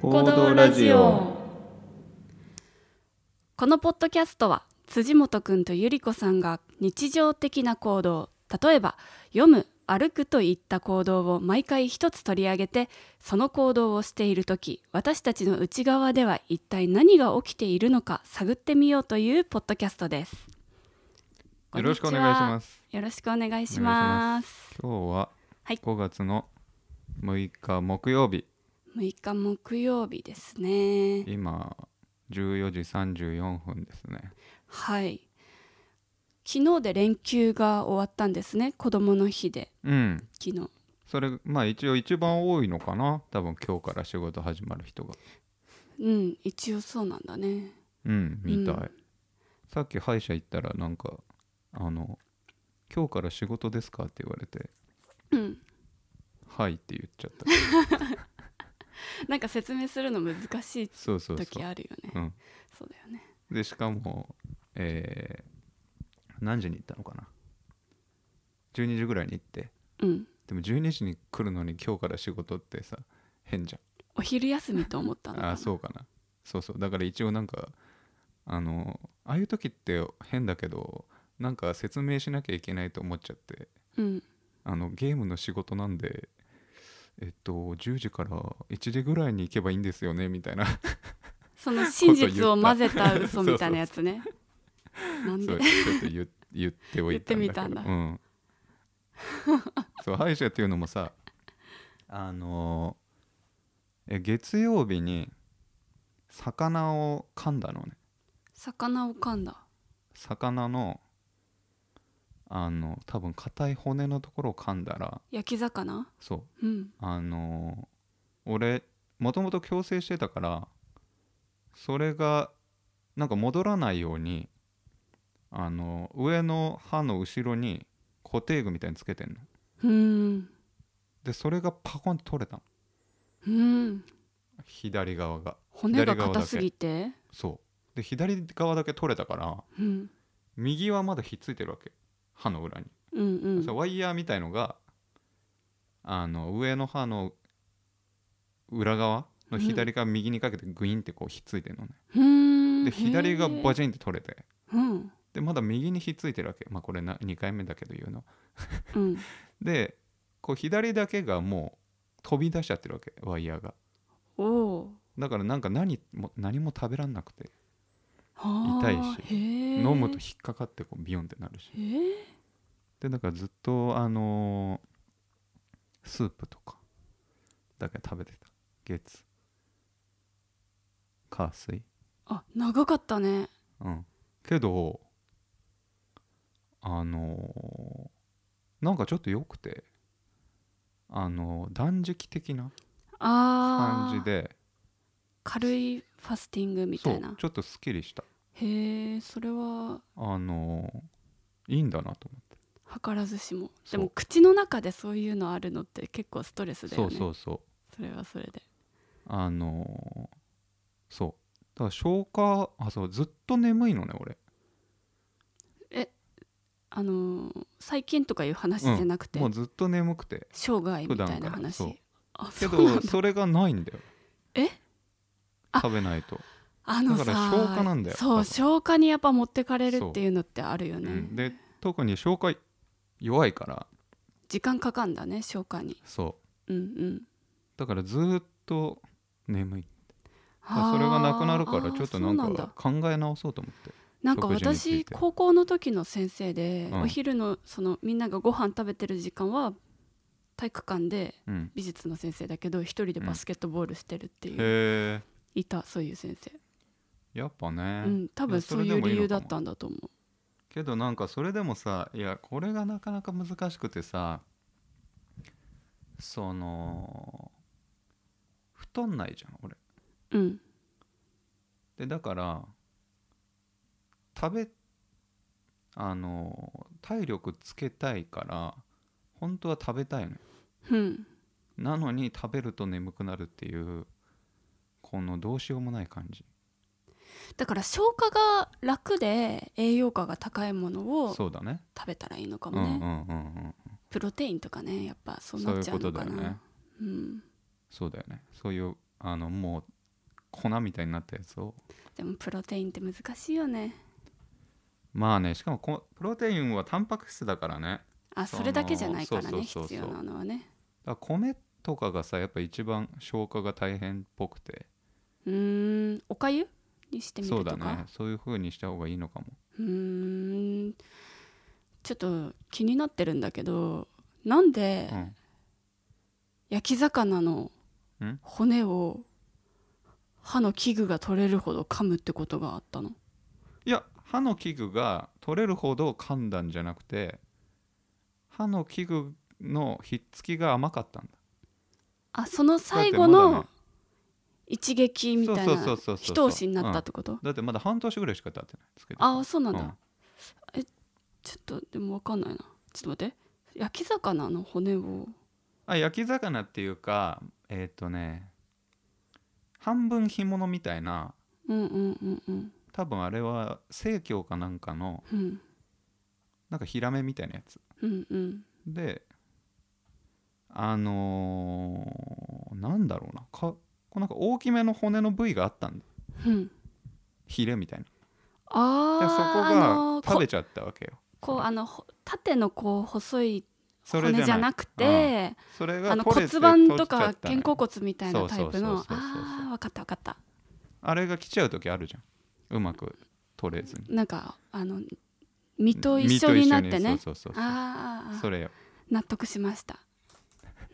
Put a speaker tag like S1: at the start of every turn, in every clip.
S1: 報道ラジオ
S2: このポッドキャストは辻元くんとゆり子さんが日常的な行動例えば読む歩くといった行動を毎回一つ取り上げてその行動をしている時私たちの内側では一体何が起きているのか探ってみようというポッドキャストです
S1: よろしくお願いしますす
S2: よろしくお願いします
S1: 今日は
S2: はい
S1: 5月の6日木曜日、
S2: 6日木曜日ですね
S1: 今14時34分ですね
S2: はい昨日で連休が終わったんですね子供の日で
S1: うん
S2: 昨日
S1: それまあ一応一番多いのかな多分今日から仕事始まる人が
S2: うん一応そうなんだね
S1: うんみたい、
S2: うん
S1: さっき歯医者行ったらなんかあの「今日から仕事ですか?」って言われて
S2: うん
S1: 「はい」って言っちゃった
S2: なんか説明するの難しい
S1: そうそうそう
S2: 時あるよね
S1: うん
S2: そうだよね
S1: でしかもえー何時に行ったのかな12時ぐらいに行って
S2: うん
S1: でも12時に来るのに今日から仕事ってさ変じ
S2: お昼休みと思った
S1: ゃ
S2: の
S1: ん
S2: かな
S1: あーそうかなそうそうだから一応なんかあのああいう時って変だけどなんか説明しなきゃいけないと思っちゃって
S2: うん
S1: あのゲームの仕事なんでえっと10時から1時ぐらいに行けばいいんですよねみたいな
S2: その真実を混ぜた嘘みたいなや つねなん
S1: そう
S2: で
S1: ちょっと言言っておいたんだけど
S2: 言ってみたんだ
S1: うん、そう歯医者っていうのもさ あのえ月曜日に魚を噛んだのね
S2: 魚を噛んだ
S1: 魚のあの多分硬い骨のところを噛んだら
S2: 焼き魚
S1: そう
S2: うん
S1: あのー俺もともと矯正してたからそれがなんか戻らないようにあの上の歯の後ろに固定具みたいにつけてんの
S2: うん
S1: でそれがパコンって取れたの
S2: うん
S1: 左側が
S2: 骨が硬すぎて
S1: そうで左側だけ取れたから
S2: うん
S1: 右はまだひっついてるわけ歯の裏に、
S2: うんうん
S1: そのワイヤーみたいのがあの上の歯の裏側の左から右にかけてグインってこうひっついてるのね、
S2: うん
S1: で左がバ
S2: ジ
S1: チンって取れて
S2: うん
S1: でまだ右にひっついてるわけまあこれな2回目だけど言うの
S2: うん
S1: でこう左だけがもう飛び出しちゃってるわけワイヤーが
S2: おお
S1: だからなんか何も何も食べらんなくて
S2: はあ
S1: 痛い
S2: へえ
S1: 飲むと引っかかってこうビヨンってなるし
S2: へえ
S1: でだからずっとあのースープとかだけ食べてた月火水
S2: あ長かったね
S1: うん、けどあのーなんかちょっと良くてあのー断食的な
S2: ああ
S1: 感じで
S2: 軽いファスティングみた
S1: そ
S2: いうな
S1: ちょっとすっきりした
S2: へえそれは
S1: あのーいいんだなと思って
S2: 図らずしも
S1: そ
S2: で
S1: う
S2: も口の中でそういうのあるのって結構ストレスだ
S1: そ
S2: よ
S1: う
S2: ね
S1: そうそう
S2: それはそれで
S1: あのーそうだから消化あそうずっと眠いのね俺
S2: あのー最近とかいう話じゃなくて、
S1: もうずっと眠くて
S2: 生涯みたい
S1: 普段
S2: な
S1: から
S2: 話
S1: そう
S2: あそ
S1: け
S2: うなん
S1: ど
S2: だ
S1: それがないんだよ
S2: えあ
S1: 食べないと
S2: あのさ
S1: だから消化なんだよ多
S2: そう
S1: 分
S2: 消化にやっぱ持ってかれるっていうのってあるよ
S1: う
S2: ね、
S1: ん、で特に消化弱いから
S2: 時間かかんだね消化に
S1: そう
S2: うんうん
S1: だからずーっと眠いそれがなくなるか
S2: あ
S1: ら
S2: ー
S1: ちょっとなん
S2: そう
S1: か考え直そうと思って
S2: なんか
S1: 食事につい
S2: 私
S1: て
S2: 高校の時の先生で、
S1: うん
S2: お昼のそのみんながご飯食べてる時間は体育館で
S1: うん
S2: 美術の先生だけど一人でバスケットボールしてるっていう、
S1: へ
S2: いたそういう先生、
S1: えやっぱね、
S2: うん、多
S1: い
S2: 分
S1: やそ
S2: そう
S1: れ
S2: い
S1: で
S2: う
S1: もい
S2: 理
S1: いのかも
S2: 由だったんだと思う
S1: けどなんかそれでもさいやこれがなかなか難しくてさその太んないじゃん俺
S2: うん
S1: でだから食べあの体力つけたいから本当は食べたいのよ
S2: うん
S1: なのに食べると眠くなるっていうこのどうしようもない感じ
S2: だから消化が楽で栄養価が高いものを食
S1: そうだね
S2: べたらいいのか
S1: うんう
S2: も
S1: ん
S2: ね、
S1: うん
S2: プロテインとかねやっぱ
S1: う
S2: そうん
S1: そう
S2: ないっ
S1: う
S2: ちゃ
S1: こ
S2: う
S1: と
S2: の
S1: だ
S2: か
S1: よ
S2: な
S1: ね
S2: うん
S1: そうだよねそういうあのもう粉みたいになったやつを
S2: でもプロテインって難しいよね
S1: まあねしかもこプロテインはタンパク質だからね
S2: あ
S1: そ
S2: それだけじゃないから
S1: の
S2: ね
S1: そうそうそ
S2: 必
S1: うそう
S2: 要なのはね
S1: だから米とかがさやっぱ一番消化が大変っぽくて
S2: うーんおかゆにしてみる
S1: そ
S2: と
S1: う
S2: か
S1: だねそういう風にした方がいいのかも
S2: うーんちょっと気になってるんだけどなんで
S1: うん
S2: 焼き魚の
S1: ん
S2: 骨を歯の器具が取れるほど噛むってことがあったの
S1: いや歯の器具が取れるほど噛んだんじゃなくて歯の器具のひっつきが甘かったんだ
S2: あその最
S1: だ
S2: 後
S1: ってまだ
S2: の
S1: ね
S2: 一撃みたいな
S1: そうそうそうそうそう
S2: 一押しになったってこと
S1: だってまだ半年ぐらいしか経ってないつけて
S2: ああそうなんだ、
S1: うん
S2: ちょっとでも分かんないなちょっと待って焼き魚の骨を
S1: あ焼き魚っていうかえっ、とね半分干物みたいな
S2: うんうんうんうん
S1: 多分あれは生協かなんかの
S2: うん
S1: なんかヒラメみたいなやつ
S2: うんうん
S1: であのーなんだろうなかこうなんか大きめの骨の部位があったんだ
S2: うん
S1: ヒレみたいな
S2: あ
S1: で
S2: あ
S1: そこ
S2: あの
S1: が
S2: ー
S1: 食べちゃったわけよ
S2: こうあのほ縦のこう細い
S1: それ
S2: 骨じゃなくて
S1: それ
S2: あ
S1: が
S2: の
S1: 取れ
S2: 骨
S1: て
S2: 盤
S1: 閉
S2: と
S1: じちゃ
S2: か
S1: った
S2: 肩
S1: のよ
S2: 甲骨みたいなタイプの
S1: そうそうそうそうそう
S2: ああ分かった分かった
S1: あれが来ちゃう時あるじゃんうまく取れずに
S2: なんかあの身と一緒になってね
S1: そうそうそうそう
S2: ああ
S1: それよ
S2: 納得しました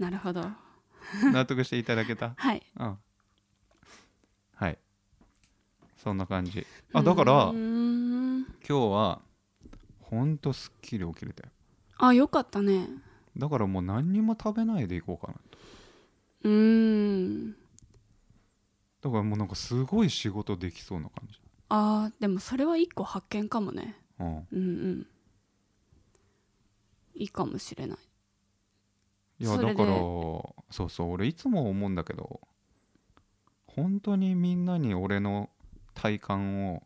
S2: なるほど
S1: 納得していただけ た
S2: はい
S1: うんはいそんな感じあだから
S2: うー
S1: 今
S2: ん
S1: 日はほんとすっきり起きれたよ
S2: あよかったね
S1: だからもう何にも食べないでいこうかなと
S2: うーん
S1: だからもうなんかすごい仕事できそうな感じ
S2: あーでもそれは一個発見かもね
S1: うん
S2: うんうんいいかもしれない
S1: いや
S2: そ
S1: だ
S2: れ
S1: から
S2: で
S1: そうそう俺いつも思うんだけど本当にみんなに俺の体感を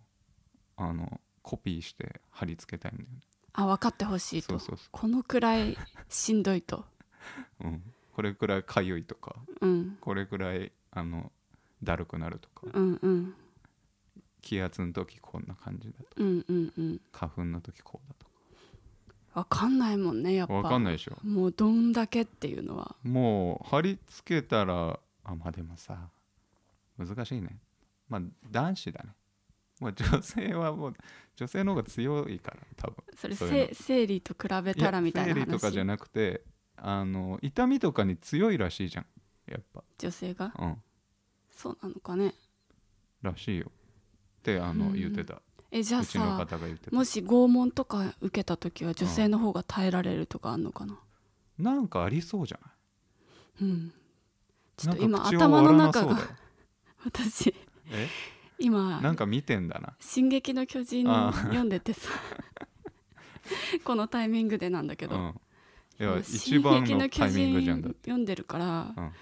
S1: あのコピーして貼り付けたいんだよね
S2: あ分かってほしい
S1: そ
S2: と
S1: うそうそ
S2: このくらいしんどいと
S1: う、うん、これくらいかゆいとか
S2: うん
S1: これくらいあのだるくなるとか
S2: うんうん
S1: 気圧の時こんな感じだと
S2: うんうんうん
S1: 花粉の時こうだと
S2: 分かんないもんねやっぱ
S1: か分かんないでしょ
S2: もうどんだけっていうのは
S1: もう貼り付けたらあまあでもさ難しいねまあ男子だねもう女性はもう女性の方が強いから多分
S2: それ
S1: そ
S2: せ
S1: ういうの
S2: 生理と比べたらみたいな話
S1: 生理とかじゃなくてあの痛みとかに強いらしいじゃんやっ
S2: 女性が
S1: ぱうん
S2: そうなのかね
S1: らしいよってあの
S2: うん
S1: 言ってた
S2: えじゃあ
S1: うちの
S2: さ
S1: 方が言ってた
S2: もし拷問とか受けた時は女性の方が耐えられるとかあんのかな
S1: なんかありそうじゃない
S2: うんちょっと
S1: なん
S2: 今
S1: か口を
S2: 頭の
S1: 割らな
S2: 中
S1: そうだ
S2: が
S1: よ
S2: 私
S1: え
S2: 今
S1: なんか見てんだな
S2: 「進撃の巨人」
S1: ああ
S2: 読んでてさ このタイミングでなんだけ
S1: う
S2: ど
S1: んい
S2: も
S1: や
S2: う
S1: 一番のタイミングじゃんだって
S2: 読んでるから、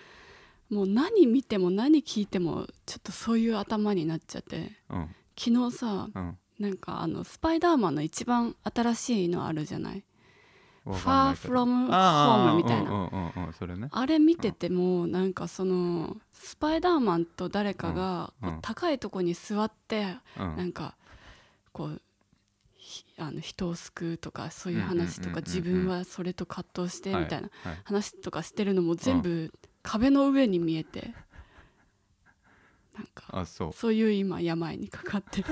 S2: もう何見ても何聞いてもちょっとそういう頭になっちゃって
S1: うん
S2: 昨日さ
S1: うん
S2: なんかあのスパイダーマンの一番新しいのあるじゃない
S1: わかんな
S2: Far
S1: いけど
S2: from
S1: あ
S2: home
S1: あ
S2: みたいな、
S1: うんうんうんうんそれね
S2: あれ見ててもなんかそのスパイダーマンと誰かが
S1: うんうん
S2: 高いとこに座って
S1: う
S2: なんんかこうひあの人を救うとかそういう話と
S1: うんうんうんうんう
S2: か
S1: ん
S2: 自分はそれと葛藤してみたいな
S1: はいはい
S2: 話とかしてるのも全部壁の上に見えてなんか
S1: あそう
S2: そういう今病にかかっ てる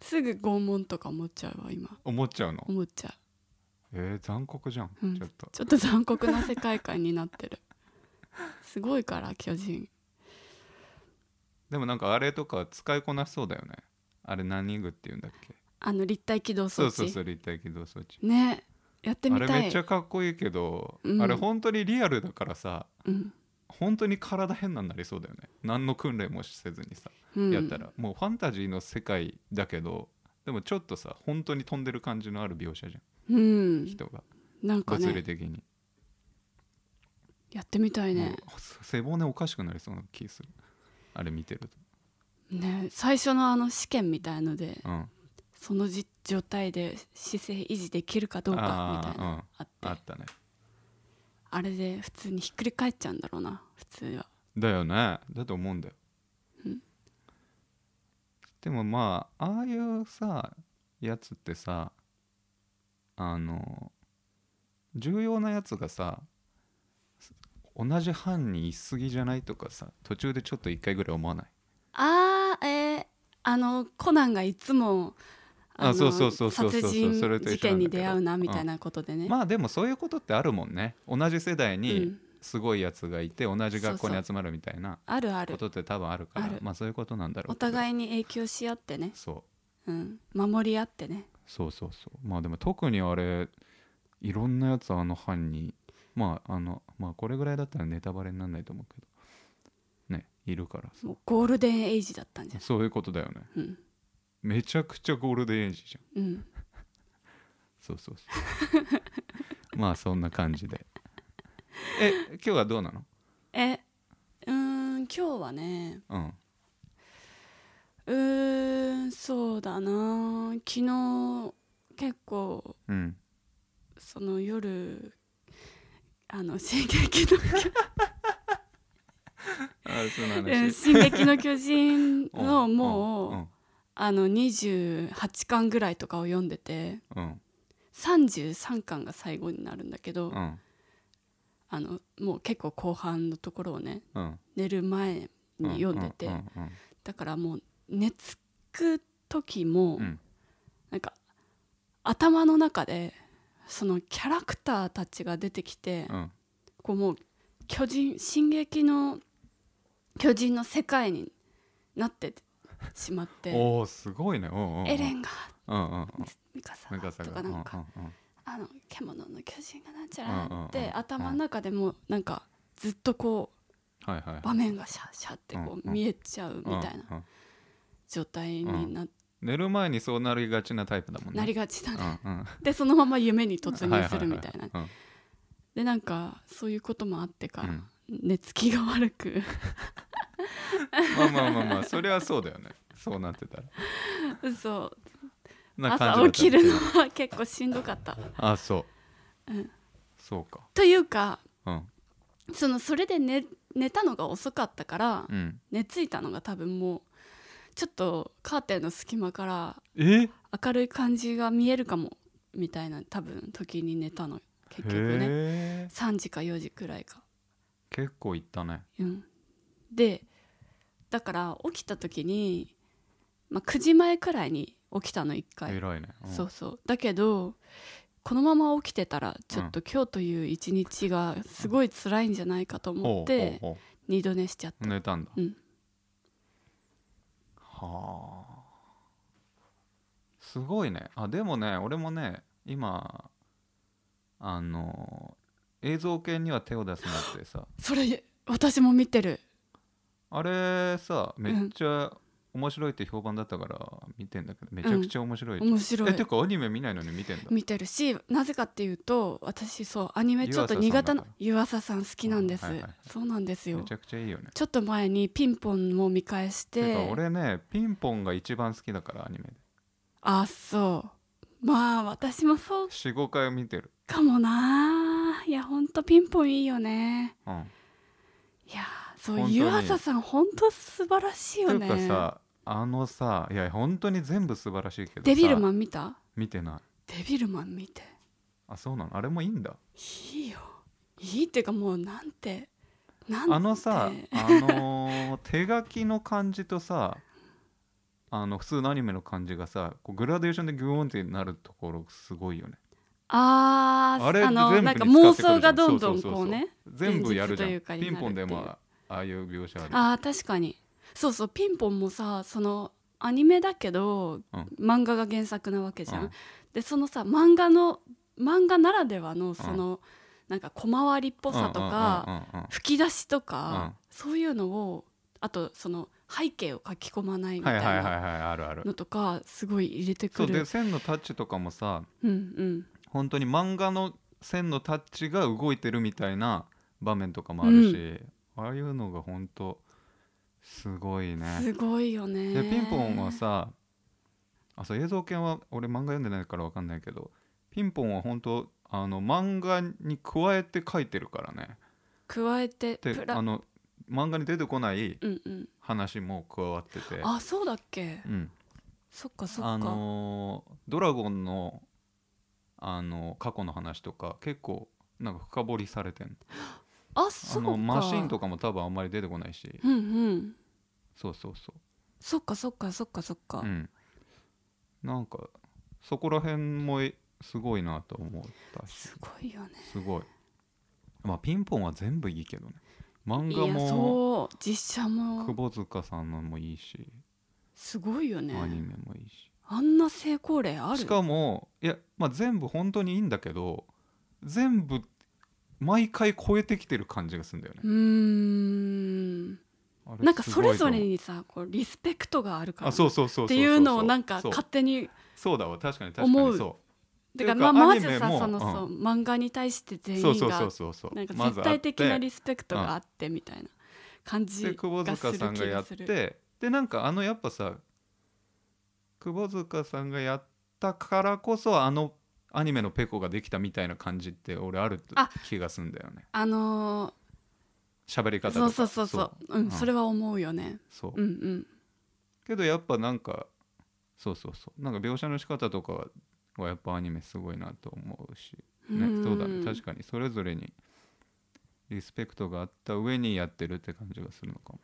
S2: すぐ拷問とか思っちゃうわ今
S1: 思っちゃうの
S2: 思っちゃ
S1: えー、残酷じゃん、
S2: う、うん、
S1: ちょっと
S2: ちょっと残酷な世界観になってるすごいから巨人
S1: でもなんかあれとか使いこなしそうだよねあれ何具っていうんだっけ
S2: あの立体起動装
S1: そう
S2: 置
S1: そうそう立体起動装置
S2: ねやってみ
S1: あ
S2: た
S1: れ
S2: い
S1: めっちゃかっこいいけど、
S2: うん
S1: あれ本当にリアルだからさ
S2: うん
S1: 本当に体変なになりそうだよね何の訓練もせずにさ、
S2: うん、
S1: やったらもうファンタジーの世界だけどでもちょっとさ本当に飛んでる感じのある描写じゃ
S2: うん
S1: ん人が
S2: なんか
S1: 物理
S2: ね
S1: 的に、
S2: やってみたい
S1: も
S2: ね
S1: う背骨おかしくなりそうな気するあれ見てると
S2: ね最初のあの試験みたいので
S1: うん
S2: そのじ状態で姿勢維持できるかどうかみたいな
S1: あ
S2: あって
S1: ーうん、あ
S2: あ
S1: ったね
S2: れで普通にひっくり返っちゃうんだろうな普通は
S1: だよねだと思うんだよ、
S2: うん
S1: でもまあああいうさやつってさあの重要なやつがさ同じ班にいすぎじゃないとかさ途中でちょっと一回ぐらい思わない
S2: あーえー、あのコナンがいつも
S1: あ
S2: の
S1: そうそうそうそうそう
S2: 殺人
S1: それと一緒なんだけど
S2: 事件に出会うなみたいなことでね、
S1: まあでもそういうことってあるもんね同じ世代
S2: う
S1: に
S2: ん
S1: すごいやつがいて同じ学校に集まるみたいな
S2: あるあ
S1: こ
S2: る
S1: とって多分あるから
S2: ある
S1: まあそういうことなんだろう
S2: お
S1: けど
S2: 互いに影響し合ってね、
S1: そう
S2: うん、守り合ってね
S1: そうそうそうまあでも特にあれいろんなやつあの班にまああのまあこれぐらいだったらネタバレにならないと思うけどねいるからさ
S2: もうゴールデンエイジだったんじゃ
S1: そういうことだよね
S2: んうん
S1: めちゃくちゃゴールデンエイジじゃん
S2: うん
S1: そうそうそう まあそんな感じでえ今日はどうなの
S2: えうーん今日はね
S1: うん
S2: うーんそうだな昨日結構
S1: うん
S2: その夜あの「進撃の
S1: あそうな
S2: 巨人」「
S1: 話
S2: 進撃の巨人」の
S1: うん
S2: もう、あの28巻ぐらいとかを読んでて
S1: うんうん
S2: 33巻が最後になるんだけど、
S1: うん
S2: あのもう結構後半のところをね
S1: うん
S2: 寝る前
S1: うん
S2: に読んでて、
S1: うんうん
S2: だからもう寝つく時も、
S1: うん
S2: なんか頭の中でそのキャラクターたちが出てきて、
S1: うん
S2: こうもう巨人進撃の巨人の世界になってしまって
S1: おおすごいねうんうんうん
S2: エレンが
S1: うんうんうん
S2: ミカサ
S1: なんか
S2: が
S1: さ
S2: とかなんか、
S1: うんうん
S2: あの獣の巨人がなんちゃらっ
S1: うんうん
S2: て
S1: うん
S2: 頭の中でもなんかずっとこ
S1: うんはいはいう
S2: 場面がシャッシャッってこ
S1: う
S2: うん見えちゃうみたいな
S1: うんうん
S2: 状態にな,、
S1: 寝る前にそうなりがちなタイプだもんね
S2: なりがちだね。
S1: うんうん
S2: でそのまま夢に突入するみたいな。
S1: ははは
S2: でなんかそういうこともあってか、
S1: うん
S2: 寝つきが悪く
S1: うんまあまあまあまあそれはそうだよねそうなってたら
S2: そう
S1: な感じだ っ
S2: 朝
S1: た
S2: 起きるのは結構しんどかった。
S1: あそう、
S2: うん
S1: そうか
S2: というか
S1: うん
S2: そのそれで寝寝たのが遅かったから、
S1: うん
S2: 寝ついたのが多分もうちょっとカーテンの隙間から
S1: え
S2: 明るい感じが見えるかもみたいな多分時に寝たの結局ね
S1: へえ
S2: 3時か4時くらいか、
S1: 結構いったね
S2: うん、でだから起きた時に、まあ、9時前くらいに起きたの1回、
S1: 偉いね、うん
S2: そうそうだけどこのまま起きてたらちょっと今日という一日がすごい辛いんじゃないかと思
S1: ほ
S2: っ
S1: う
S2: て
S1: ほうほ
S2: 二度寝しちゃっ
S1: う
S2: た、
S1: 寝たんだ、
S2: うん
S1: はあすごいねあでもね俺もね今あの映像系には手を出すなってさ
S2: それ私も見てる
S1: あれさめっちゃ面白いって評判だったから見てんだけどめちゃくちゃ面白い、
S2: 面白
S1: え
S2: い
S1: てかアニメ見ないのに見てんだ
S2: 見てるしなぜかっていうと私そうアニメちょっと
S1: 湯浅さんだ
S2: 苦手な
S1: から
S2: 湯浅さん好きなんです、
S1: はいはいはい
S2: そうなんですよ
S1: めちゃくちゃいいよね
S2: ちょっと前にピンポンも見返してて
S1: か俺ねピンポンが一番好きだからアニメで
S2: あそうまあ私もそう
S1: 45回見てる
S2: かもないやほんとピンポンいいよね
S1: うん
S2: いやそ
S1: 本
S2: う
S1: 当に
S2: 湯浅さんほんと素晴らしいよ
S1: ていうか
S2: ね
S1: さあのさいや本当に全部素晴らしいけどさ
S2: デビルマン見た
S1: 見てない
S2: デビルマン見て
S1: あそうなのあれもいいんだ
S2: いいよいいっていうかもうなんてなんて
S1: あのさあのー手書きの感じとさあの普通のアニメの感じがさこうグラデーションでグオンってなるところすごいよね
S2: あー
S1: あれ
S2: あの
S1: 全部
S2: なん
S1: に
S2: か
S1: 使ってくるじ
S2: 妄
S1: ゃん
S2: 想がどんどん
S1: そうそう
S2: こ
S1: そううそう
S2: ね
S1: 全部やるじゃ
S2: 現実というんかになる
S1: ピンポンで
S2: っていう
S1: もああいう描写ある
S2: あー確かにそうそうピンポンもさそのアニメだけど、
S1: うん
S2: 漫画が原作なわけじゃん、
S1: うん
S2: でそのさ漫画の漫画ならではのその、なんか小回りっぽさとか、
S1: うんうんうんうん
S2: 吹き出しとか、
S1: うん
S2: そういうのをあとその背景を書き込まないみ
S1: は
S2: た
S1: い
S2: い
S1: はいはいはい
S2: な
S1: あるある
S2: のとかすごい入れて
S1: そ
S2: く
S1: うで
S2: る
S1: 線のタッチとかもさ
S2: うんうん
S1: 本当に漫画の線のタッチが動いてるみたいな場面とかもあるし、ああいうのが本当すごいね。
S2: すごいよね
S1: でピンポンはさあそう映像系は俺漫画読んでないから分かんないけどピンポンは本当あの漫画に加えて書いてるからね。
S2: 加えて
S1: で
S2: プラ
S1: あの漫画に出てこない
S2: うんうん
S1: 話も加わってて、
S2: あそうだっけ
S1: うん、
S2: そっかそっか、
S1: あのードラゴンの、あの過去の話とか結構なんか深掘りされてん
S2: あそ
S1: あ
S2: うか
S1: のマシンと
S2: か
S1: かも多分あんまり出てこないし
S2: うんうん
S1: そうそうそ
S2: そっかそっかそっかそっか、
S1: う、うん、なんかそこら辺もいすごいなと思ったし
S2: すごいよね
S1: すごいまあピンポンは全部いいけどね漫
S2: い
S1: 画
S2: や
S1: も
S2: そう実写も
S1: 窪塚さんのもいいし
S2: すごいよね
S1: アニメもいいし
S2: あんな成功例ある
S1: しかもいや、まあ、全部本当にいいんだけど全部毎回超えてきてる感じがするんだよね
S2: うーん
S1: あれ
S2: なんかそれ
S1: すごいと
S2: ぞれ
S1: 思う
S2: にさこうリスペクトがあるから
S1: あそうそうそうそ
S2: って
S1: う
S2: いうのをなんか
S1: そう
S2: 勝手に
S1: そうだわ確かに確か
S2: 思
S1: に
S2: う
S1: そ
S2: だから
S1: ってい
S2: ま
S1: うか
S2: あま
S1: アニ
S2: ず
S1: メ
S2: さ
S1: も
S2: そ
S1: う
S2: の
S1: ん
S2: そう漫画に対して
S1: う
S2: 全
S1: そうそ
S2: 員
S1: うそう
S2: が
S1: そうそう
S2: なんか
S1: まず
S2: 絶
S1: あっ
S2: 対的な
S1: て
S2: リスペクトがあってみたいな感じが
S1: です
S2: る
S1: 窪塚さんが
S2: 気
S1: や
S2: が
S1: っ
S2: する
S1: てでなんかあのやっぱさ窪塚さんがやったからこそあのアニメのペコができたみたいな感じって俺ある
S2: あ
S1: 気がすんだよね
S2: あの
S1: 喋り
S2: ー
S1: 方と
S2: そう
S1: か
S2: そうそうそううん、
S1: うん
S2: それは思うよね
S1: そう
S2: うんうん
S1: けどやっぱなんかそうそうそうなんか描写の仕方とかはやっぱアニメすごいなと思うし、ね
S2: うん
S1: そうだね確かにそれぞれにリスペクトがあった上にやってるって感じがするのかも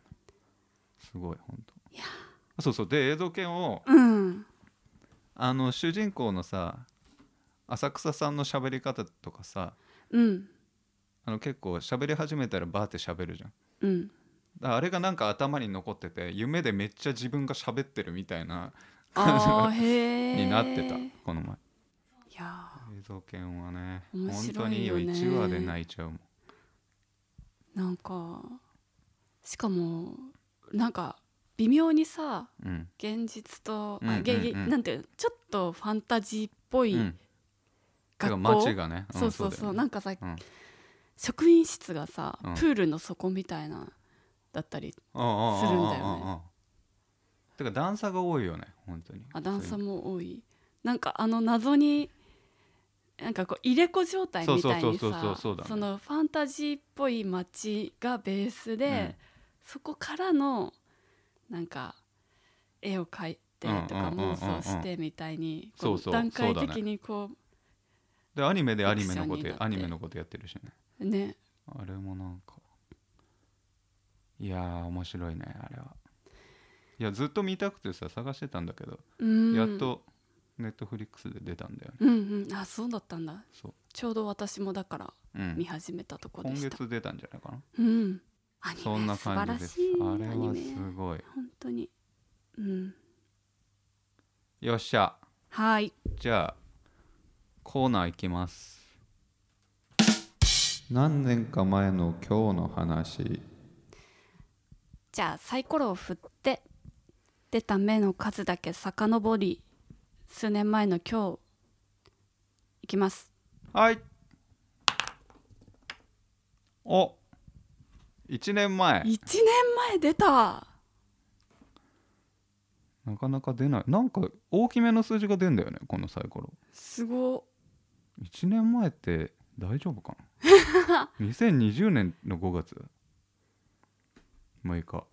S1: すごい本当
S2: いや
S1: あそうそうで映像権を
S2: うん
S1: あの主人公のさ浅草さんの喋り方とかさ
S2: うん
S1: あの結構喋り始めたらバーって喋るじゃん
S2: うん
S1: だからあれがなんか頭に残ってて夢でめっちゃ自分が喋ってるみたいな感じ
S2: あ
S1: が
S2: ーへえ
S1: になってたこの前
S2: いや
S1: 映像権はね
S2: 面
S1: 本
S2: 白
S1: 当にい
S2: い
S1: い
S2: よ
S1: よ
S2: ね
S1: 1話で泣いちゃうもん
S2: ーなんかしかもなんか微妙にさ
S1: うん
S2: 現実と、
S1: うんうんう
S2: あ
S1: ん
S2: げげなんていうのちょっとファンタジーっぽい
S1: うんて
S2: 学
S1: か
S2: 校、
S1: 街がねん
S2: そうそうそう
S1: だよね
S2: なんかさ、
S1: うん
S2: 職員室がさ、
S1: うん
S2: プールの底みたいなだったりするんだよね
S1: うんうんうんうんてか段差が多いよね本当に
S2: あ段差
S1: も
S2: も多いなんかあの謎になんかこう入れ子状態みたいに
S1: そうそうそうそう
S2: さ
S1: そうだね
S2: そのファンタジーっぽい街がベースで、
S1: うん
S2: そこからのなんか絵を描いてとか
S1: うんうんうんうんうん
S2: 妄想してみたいにこ
S1: そうそう
S2: 段階
S1: そうだね
S2: 的にこ
S1: でアニメでアニメのこ
S2: アク
S1: と
S2: ションになって
S1: アニメのことやってるしね
S2: うね
S1: あれもなんかいやー面白いねあれはいやずっと見たくてさ探してたんだけど、
S2: うん
S1: やっとネットフリックスで出たんだよね
S2: うんうんあそうだったんだ
S1: そう、
S2: ちょうど私もだから
S1: うん
S2: 見、始めたとこ
S1: 今
S2: でした、
S1: 月出たんじゃないかな
S2: うんアニメ
S1: そんな
S2: 素晴
S1: 感
S2: ら
S1: じです
S2: しい
S1: あれ
S2: アニ
S1: は
S2: メ
S1: すごい
S2: 本当にうん
S1: よっしゃ
S2: はい
S1: じゃあコーナーいきます何年か前の今日の話
S2: じゃあサイコロを振って出た目の数だけ遡り数年前の今日いきます
S1: はいお1年前
S2: 1年前出た
S1: なかなか出ないなんか大きめの数字が出んだよねこのサイコロ
S2: すご
S1: 1年前って大丈夫か な2020年の5月6日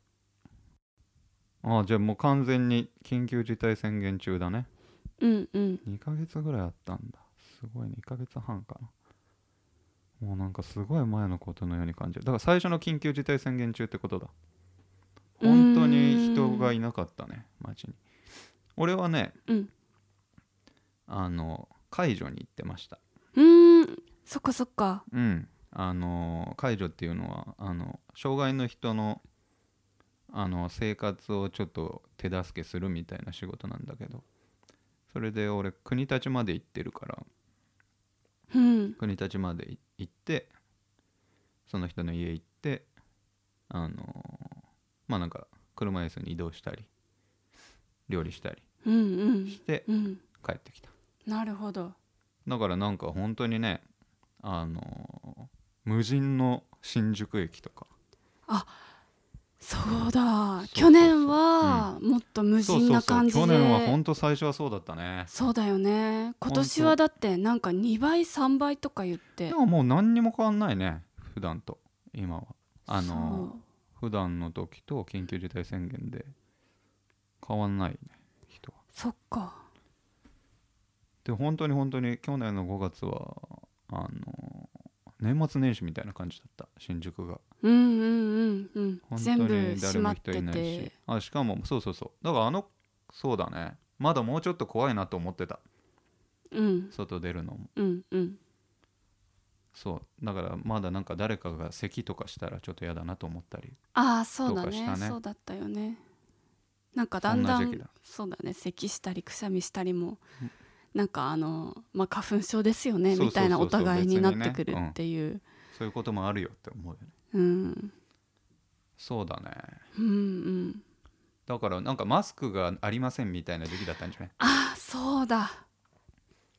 S1: ああじゃあもう完全に緊急事態宣言中だね
S2: うんうん
S1: 2ヶ月ぐらいあったんだすごい2ヶ月半かなもうなんかすごい前のことのように感じるだから最初の緊急事態宣言中ってことだ本当に人がいなかったね街に俺はね、
S2: うん
S1: あの解除に行ってました
S2: うーんそっかそっか
S1: うんあの解除っていうのはあの障害の人のあの生活をちょっと手助けするみたいな仕事なんだけどそれで俺国立まで行ってるから
S2: うん
S1: 国立まで行ってその人の家行ってあのまあなんか車椅子に移動したり料理したり
S2: うんうん
S1: して
S2: うん
S1: 帰ってきた
S2: なるほど
S1: だからなんか本当にねあの無人の新宿駅とかそう
S2: そうだ
S1: そう
S2: 去年はもっと無人な感じで
S1: そうそうそう去年は本当最初はそうだったね
S2: そうだよね今年はだってなんか2倍3倍とか言って
S1: でももう何にも変わんないね普段と今はあの普段の時と緊急事態宣言で変わんないね人は
S2: そっか
S1: で本当に本当に去年の5月はあの年末年始みたいな感じだった新宿が
S2: うんうんうんうん
S1: 本
S2: 全
S1: 当
S2: 部
S1: に誰
S2: 閉ま
S1: も
S2: っ
S1: 人
S2: てて
S1: いないしあしかもそうそうそうだからあのそうだねまだもうちょっと怖いなと思ってた
S2: うん
S1: 外出るのも
S2: うんうん
S1: そうだからまだなんか誰かが咳とかしたらちょっと嫌だなと思ったり
S2: ああそうだ
S1: どうかし
S2: ね
S1: たね
S2: そうだったよねなんかだんだ
S1: そん
S2: ん
S1: な時期だ
S2: そうだね咳したりくしゃみしたりもなんかあのまあ花粉症ですよね
S1: そうそうそう
S2: みたいなお互いに
S1: 別
S2: な
S1: に
S2: っ
S1: ね
S2: てくるっていう、
S1: そういうこともあるよって思うよね
S2: うん、
S1: そうだね
S2: うんうん
S1: だからなんかマスクがありませんみたいな時期だったんじゃない
S2: ああそうだ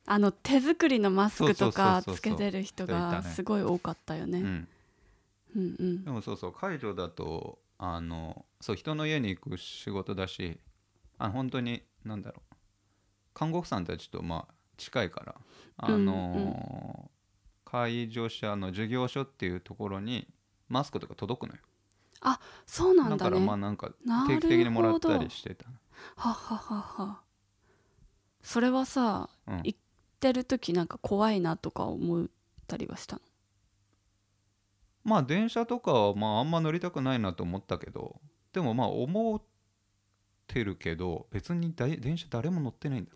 S2: あの手作りのマスクとか
S1: そうそうそうそう
S2: つけてる人
S1: 人
S2: が
S1: いたね
S2: すごい多かったよね
S1: うん
S2: うんう
S1: で
S2: ん
S1: もそうそう解除だとあのそう人の家に行く仕事だしあ本当に何だろう看護婦さんたちとまあ近いからあの介助者の事業所っていうところにマスクとか届くのよ
S2: そうなんだ
S1: から
S2: ね
S1: まあ
S2: は
S1: なんか
S2: な
S1: 定
S2: るほど
S1: 期的にもらったりしてた、
S2: はははそれはさ
S1: うん
S2: い行ってる時なんか怖いなとか思ったりはしたの
S1: まあ電車とかはまああんま乗りたくないなと思ったけどでもまあ思ってるけど別にだい電車誰も乗ってないんだ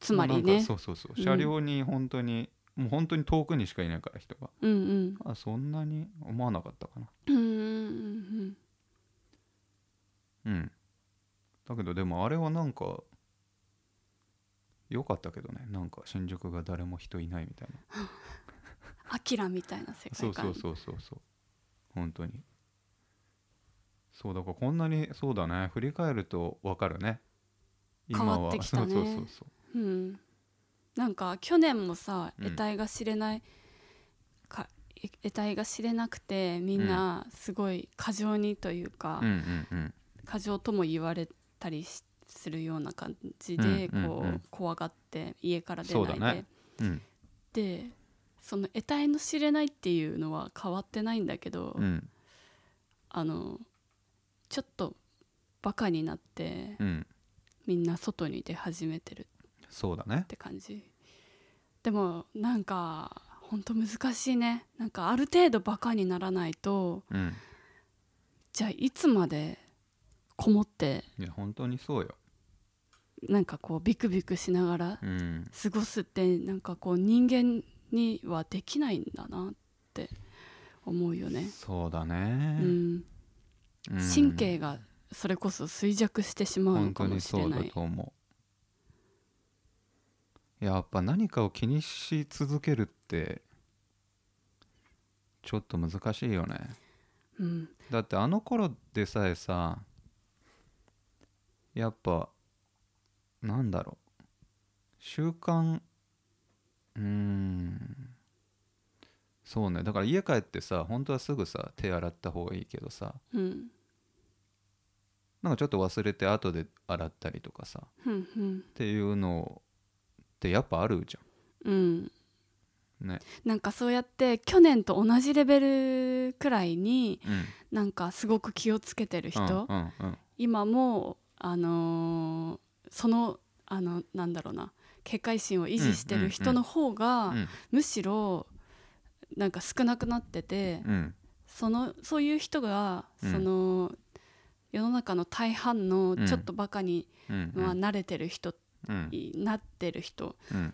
S2: つまり
S1: もうなん
S2: ね
S1: かそうそうそう
S2: うん
S1: 車両に本当に、もう本当に遠くにしかいないから人が
S2: うんうん
S1: あそんなに思わなかったかな
S2: うんうん
S1: うんだけどでもあれはなんか良かったけどねなんか新宿が誰も人いないみたいな
S2: アキラみたいな世
S1: そ
S2: 界
S1: うそ
S2: 観
S1: うそうそうそう本当にそうだからこんなにそうだね振り返ると分かるね
S2: 変わってきたね
S1: そうそうそうそう
S2: うんなんか去年もさ
S1: うん
S2: 得体が知れない、かえ得体が知れなくてみんなすごい過剰にというか、
S1: うんうんうん
S2: 過剰とも言われたりしするような感じで、
S1: うんうん
S2: こう、
S1: うん
S2: 怖がって家から出
S1: そう
S2: な
S1: だ
S2: い
S1: ねうん
S2: で、でその得体の知れないっていうのは変わってないんだけど、
S1: うん
S2: あのちょっとバカになって
S1: うん
S2: みんな外に出始めてる
S1: そうだね
S2: って感じでもなんかほんと難しいねなんかある程度バカにならないと
S1: うん
S2: じゃあいつまでこもって
S1: いや本当にそうよ
S2: なんかこうビクビクしながら
S1: うん
S2: 過ごすってなんかこう人間にはできないんだなって思うよね、
S1: そうだ
S2: う
S1: ね、
S2: ん、
S1: うん
S2: 神経がそれこそ衰弱してしまうの
S1: 本
S2: か
S1: 当
S2: も
S1: に
S2: しれ
S1: そう
S2: な
S1: だ
S2: い
S1: と思うやっぱ何かを気にし続けるってちょっと難しいよね
S2: うん
S1: だってあの頃でさえさやっぱなんだろう習慣うーんそうねだから家帰ってさ本当はすぐさ手洗った方がいいけどさ
S2: うん
S1: なんかちょっと忘れて後で洗ったりとかさ
S2: ふんふん
S1: っていうのってやっぱあるじ
S2: うん
S1: ゃんね
S2: なんかそうやって去年と同じレベルくらいに
S1: うん
S2: なんかすごく気をつけてる人、
S1: うんうん
S2: 今もあのーそのあのなんだろうな警戒心を維持してる人の方が、
S1: うん
S2: むしろなんか少なくなってて、
S1: うん
S2: そのそういう人が、
S1: うん
S2: その世の中の大半の
S1: うん
S2: ちょっとバカに、
S1: うんうん
S2: まあ、慣れてる人
S1: うん
S2: になってる人
S1: うん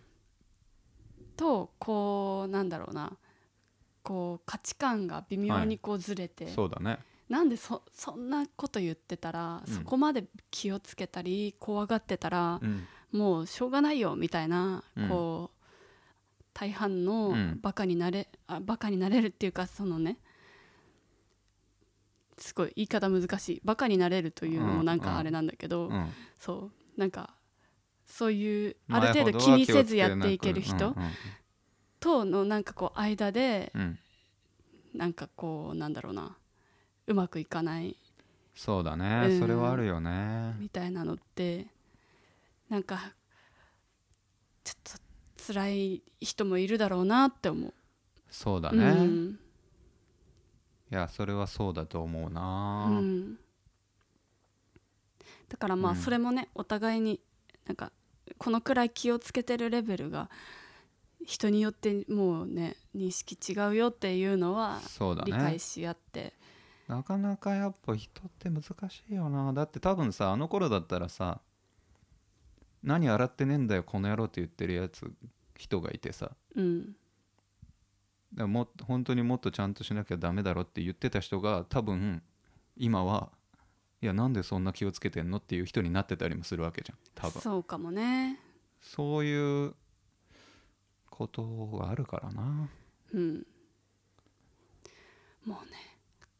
S2: とこうなんだろうなこう価値観が微妙にこうずれて、
S1: そうだね
S2: なんでそそんなこと言ってたら、
S1: うん
S2: そこまで気をつけたり怖がってたら、
S1: うん
S2: もうしょうがないよみたいな、
S1: うん
S2: こう大半の
S1: うん
S2: バカになれ、あバカになれるっていうかそのねすごい言い方難しいバカになれるというのも
S1: うん
S2: なんかあれなんだけ
S1: う
S2: ど、
S1: ん
S2: そうなんかそういうある
S1: 前ほ
S2: 程
S1: ど
S2: 度
S1: は
S2: 気に
S1: 気を
S2: せ
S1: つ
S2: ず
S1: けな
S2: や
S1: く
S2: っていける
S1: う
S2: 人
S1: んうん
S2: とのなんかこう間で
S1: うん
S2: なんかこうなんだろうなうまくいかない
S1: そうだ
S2: う
S1: ね
S2: ん
S1: それはあるよね
S2: みたいなのってなんかちょっと辛い人もいるだろうなって思う。
S1: そうだ
S2: う
S1: ね
S2: ん
S1: いやそれはそうだと思うな、
S2: うん、だからま
S1: う
S2: あ
S1: ん
S2: それもね、お互いになんかこのくらい気をつけてるレベルが人によってもうね認識違うよっていうのは
S1: そうだ
S2: 理解
S1: ね
S2: し合って、
S1: なかなかやっぱ人って難しいよなだって多分さあの頃だったらさ「何洗ってねえんだよこの野郎」って言ってるやつ人がいてさ
S2: うん
S1: でももっと本当にもっとちゃんとしなきゃダメだろって言ってた人が多分今はいやなんでそんな気をつけてんのっていう人になってたりもするわけじゃん多分
S2: そうかもね、
S1: そういうことがあるからな
S2: うん、もうね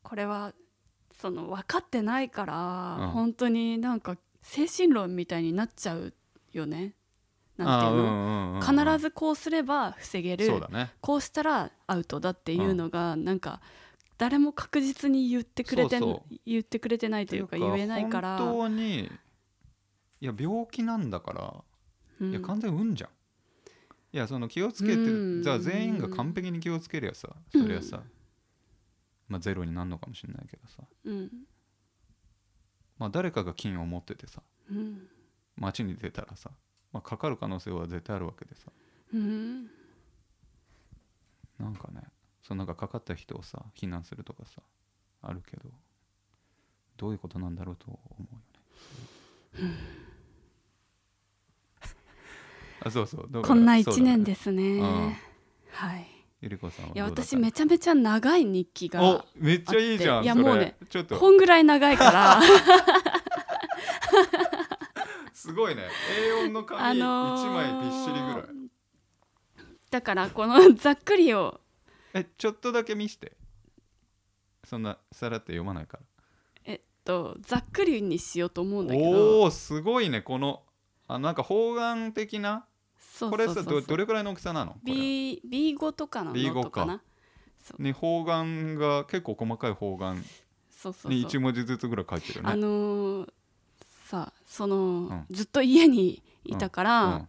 S2: これはその分かってないから、
S1: うん
S2: 本当になんか精神論みたいになっちゃうよねなんていうの、
S1: の
S2: 必ずこうすれば防げる
S1: そうだね
S2: こうしたらアウトだっていうのが、なんか誰も確実に言ってくれてん
S1: そう
S2: 言ってくれてないというか言えないから
S1: 本当にいや病気なんだから、
S2: うん
S1: いや完全運じゃんいやその気をつけて、
S2: うん
S1: じゃあ全員が完璧に気をつけりゃさそりゃさ、まあゼロになるのかもしれないけどさ
S2: うん
S1: まあ誰かが菌を持っててさ
S2: うん
S1: 街に出たらさ、まあ、かかる可能性は絶対あるわけでさ
S2: うん
S1: なんかねそのなんかかかった人をさ避難するとかさあるけどどういうことなんだろうと思うよね。あそうそうだから
S2: こんな
S1: そうだ
S2: 1
S1: ね
S2: 年ですね
S1: うん
S2: はい
S1: ゆりこさんはい
S2: や
S1: どうだった
S2: 私めちゃめちゃ長い日記
S1: お
S2: が
S1: めっちゃいいじ
S2: あ
S1: ゃ
S2: っ
S1: ん
S2: ていや
S1: それ
S2: もうね
S1: ちょっと
S2: こんぐらい長いから
S1: すごいね A4 の
S2: あ
S1: 紙一
S2: のー
S1: 枚びっしりぐらい、
S2: だからこのざっくりを
S1: えちょっとだけ見してそんなさらって読まないから
S2: えっとざっくりにしようと思うんだけど
S1: おおーすごいねこのあなんか方眼的な
S2: そう
S1: こ
S2: そう
S1: れ
S2: そう
S1: さ
S2: そ
S1: ど
S2: う
S1: どれくらいの大きさなのこれ
S2: B B5 とかのノートかな
S1: B5 ね方眼が結構細かい方眼
S2: そうそう
S1: に
S2: そう
S1: 1文字ずつぐらい書いてるね
S2: あのーさその、
S1: ん
S2: ずっと家にいたから、
S1: うん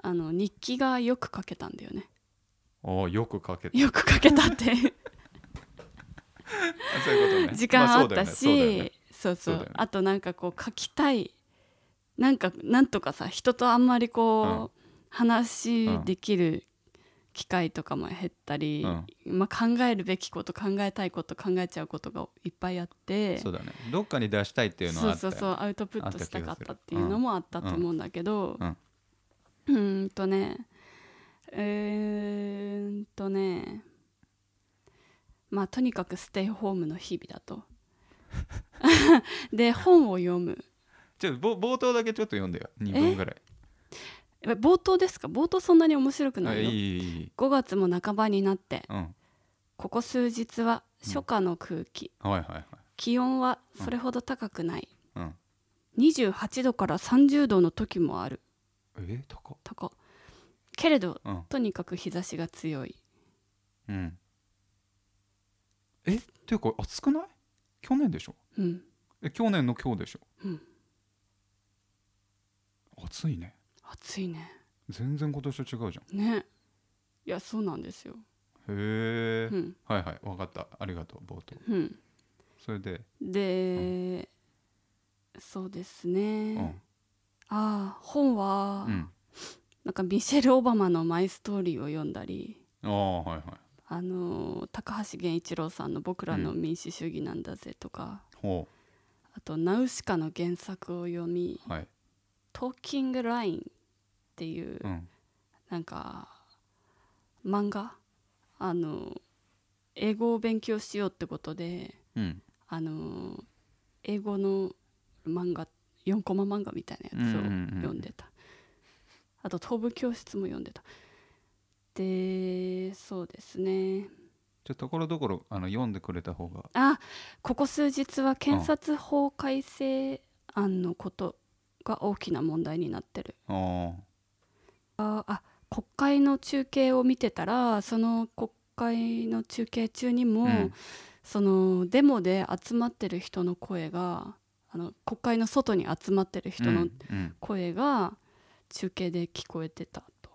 S2: あの日記がよく書けたんだよね
S1: おーよく書けた
S2: よく書けたっ
S1: あ
S2: て
S1: そういうことね
S2: 時間
S1: ま
S2: あ
S1: そう
S2: っ
S1: だよ
S2: た
S1: ねそうだよね
S2: しそうそ
S1: そう
S2: う
S1: だよね
S2: あとなんかこう書きたいなんかなんとかさ人とあんまりこう、話
S1: うん
S2: できる機会とかも減ったり、まあ、考えるべきこと考えたいこと考えちゃうことがいっぱいあって
S1: そうだねどっかに出したいっていうのはあった
S2: そうそうそううアウトプットしたかったっていうのもあったと思うんだけど
S1: う
S2: うんーんとねうーんとねまあとにかくステイホームの日々だとで本を読む
S1: ちょぼ冒頭だけちょっと読んでよ2分ぐらい
S2: え冒頭ですか冒頭そんなに面白く
S1: あ
S2: ないい
S1: い
S2: よ
S1: いいいい
S2: 5月も半ばになって
S1: うん
S2: ここ数日は初夏の空気、
S1: はいはいはい
S2: 気温はそれほど高くない、
S1: うん
S2: 28度から30度の時もある
S1: えー、高っ
S2: 高けれど
S1: うん
S2: とにかく日差しが強い
S1: うんえっていうか暑くない去年でしょ
S2: うん
S1: え去年の今日でしょ
S2: うん
S1: 暑いね
S2: 暑いね
S1: 全然今年と違うじゃん
S2: ねいやそうなんですよ
S1: へえ、
S2: うん
S1: はいはい分かったありがとう冒頭
S2: うん
S1: それで、
S2: で、そうです
S1: う
S2: ね、
S1: ん
S2: ああ本は、
S1: うん、
S2: なんかミシェル・オバマの「マイ・ストーリー」を読んだり
S1: ああはいはい
S2: あのー高橋源一郎さんの「僕らの民主主義なんだぜ」とか、
S1: ほ
S2: あと「ナウシカ」の原作を読み
S1: うはい、
S2: 「トーキング・ライン」っていう
S1: うん、
S2: なんか漫画あの英語を勉強しようってことで
S1: うん
S2: あの英語の漫画4コマ漫画みたいなやつを
S1: うんうんうんうん
S2: 読んでた、あと東部教室も読んでたでそうですね
S1: じゃあところどころあの読んでくれた方が
S2: あここ数日は検察法改正案のことが大きな問題になってる
S1: あ
S2: ああ国会の中継を見てたらその国会の中継中にも、
S1: うん
S2: そのデモで集まってる人の声があの国会の外に集まってる人
S1: うん
S2: の
S1: うん
S2: 声が中継で聞こえてたと、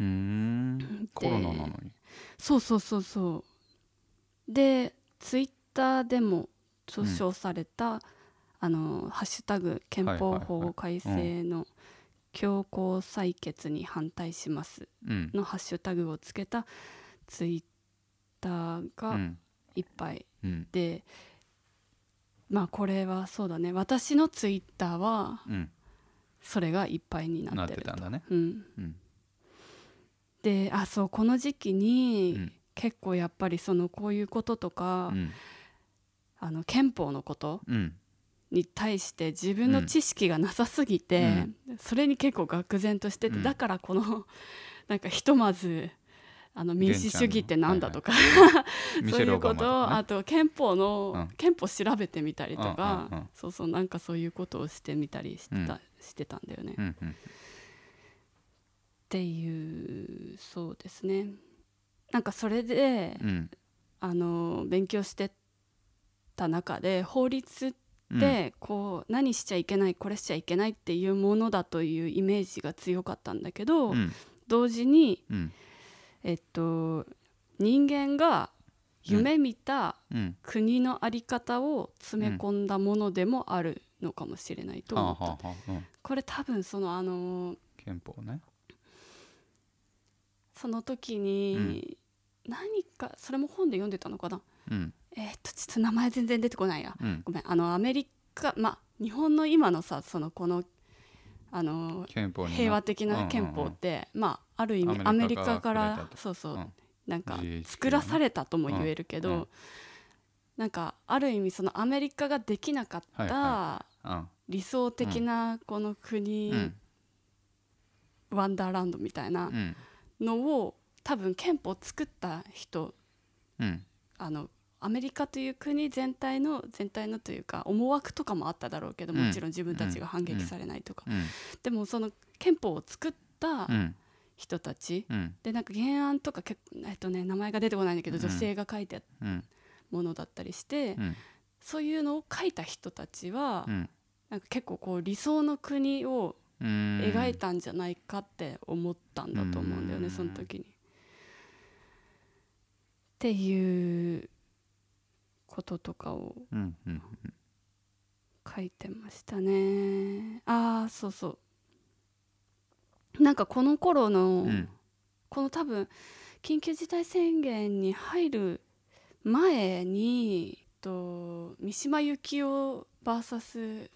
S1: うーんコロナなのに
S2: そうそうそうそうでツイッターでも
S1: うん
S2: 著書された、あの「ハッシュタグ憲法法改正の強行採決に反対します」
S1: うん
S2: のハッシュタグをつけたツイッター
S1: う
S2: が
S1: ん
S2: いっぱい
S1: うん
S2: で、まあこれはそうだね私のツイッターは
S1: うん
S2: それがいっぱいにな
S1: なっ
S2: って
S1: て
S2: る
S1: たんだね
S2: うん、
S1: うん
S2: であそうこの時期
S1: う
S2: に、
S1: ん
S2: 結構やっぱりそのこういうこととか、
S1: うん
S2: あの憲法のこと
S1: うん
S2: に対して自分の知識がなさすぎて、それに結構愕然としてて、
S1: うん
S2: だからこのなんかひとまずあの民主主義ってなんだとか、
S1: ミ
S2: そう
S1: シェ
S2: い
S1: ル・オ
S2: う
S1: バ
S2: こ
S1: マ
S2: とをあ
S1: か
S2: と憲法の、
S1: うん
S2: 憲法調べてみたりとか、
S1: うんうんうん
S2: そうそうなんかそういうことをしてみたりしてた,、してたんだよね。っ
S1: ねうん
S2: ていうそうですね。なんかそれで、
S1: うん
S2: あの勉強してた中で法律って
S1: うん
S2: でこう何しちゃいけないこれしちゃいけないっていうものだというイメージが強かったんだけど、
S1: うん
S2: 同時に、
S1: うん
S2: えっと、人間が夢見た
S1: うん
S2: 国の在り方を詰め込んだものでもあるのかもしれないと
S1: はあ
S2: 思
S1: は
S2: った、
S1: あはあうん
S2: これ多分そのあのー
S1: 憲法ね
S2: その時に何かそれも本で読んでたのかな
S1: うん
S2: えっとちょっと名前全然出てこないや
S1: うん
S2: ごめんあのアメリカまあ日本の今のさそのこのあの
S1: 憲法にな
S2: 平和的な憲法って、まあある意味ア
S1: ア
S2: メ
S1: メリ
S2: リカ
S1: カ
S2: か
S1: からら
S2: そうそう、
S1: うん
S2: なんか
S1: GHQ
S2: 作らされたとも言えるけど、
S1: うんうん
S2: なんかある意味そのアメリカができなかっ
S1: はい
S2: た
S1: はうん
S2: 理想的なこの国、
S1: うん
S2: ワンダーランドみたいな
S1: うん
S2: のを多分憲法作った人
S1: うん
S2: あのアメリカという国全体の全体のというか思惑とかもあっただろうけど
S1: うん
S2: もちろん自分たちが反撃されないとか、
S1: うん
S2: でもその憲法を作った
S1: うん
S2: 人たち、
S1: うん
S2: でなんか原案とか結構、えっとね、名前が出てこないんだけど
S1: うん
S2: 女性が書いてあっ
S1: うん
S2: たものだったりして、
S1: うん
S2: そういうのを書いた人たちは、
S1: うん
S2: なんか結構こう理想の国を
S1: 描
S2: 描いたんじゃないかって思ったんだと思うんだよね、
S1: うん
S2: その時に。っていうこととかを
S1: うんうん
S2: 書いてましたねああそうそうなんかこの頃の、
S1: うん
S2: この多分緊急事態宣言に入る前にえっと三島由紀夫 VS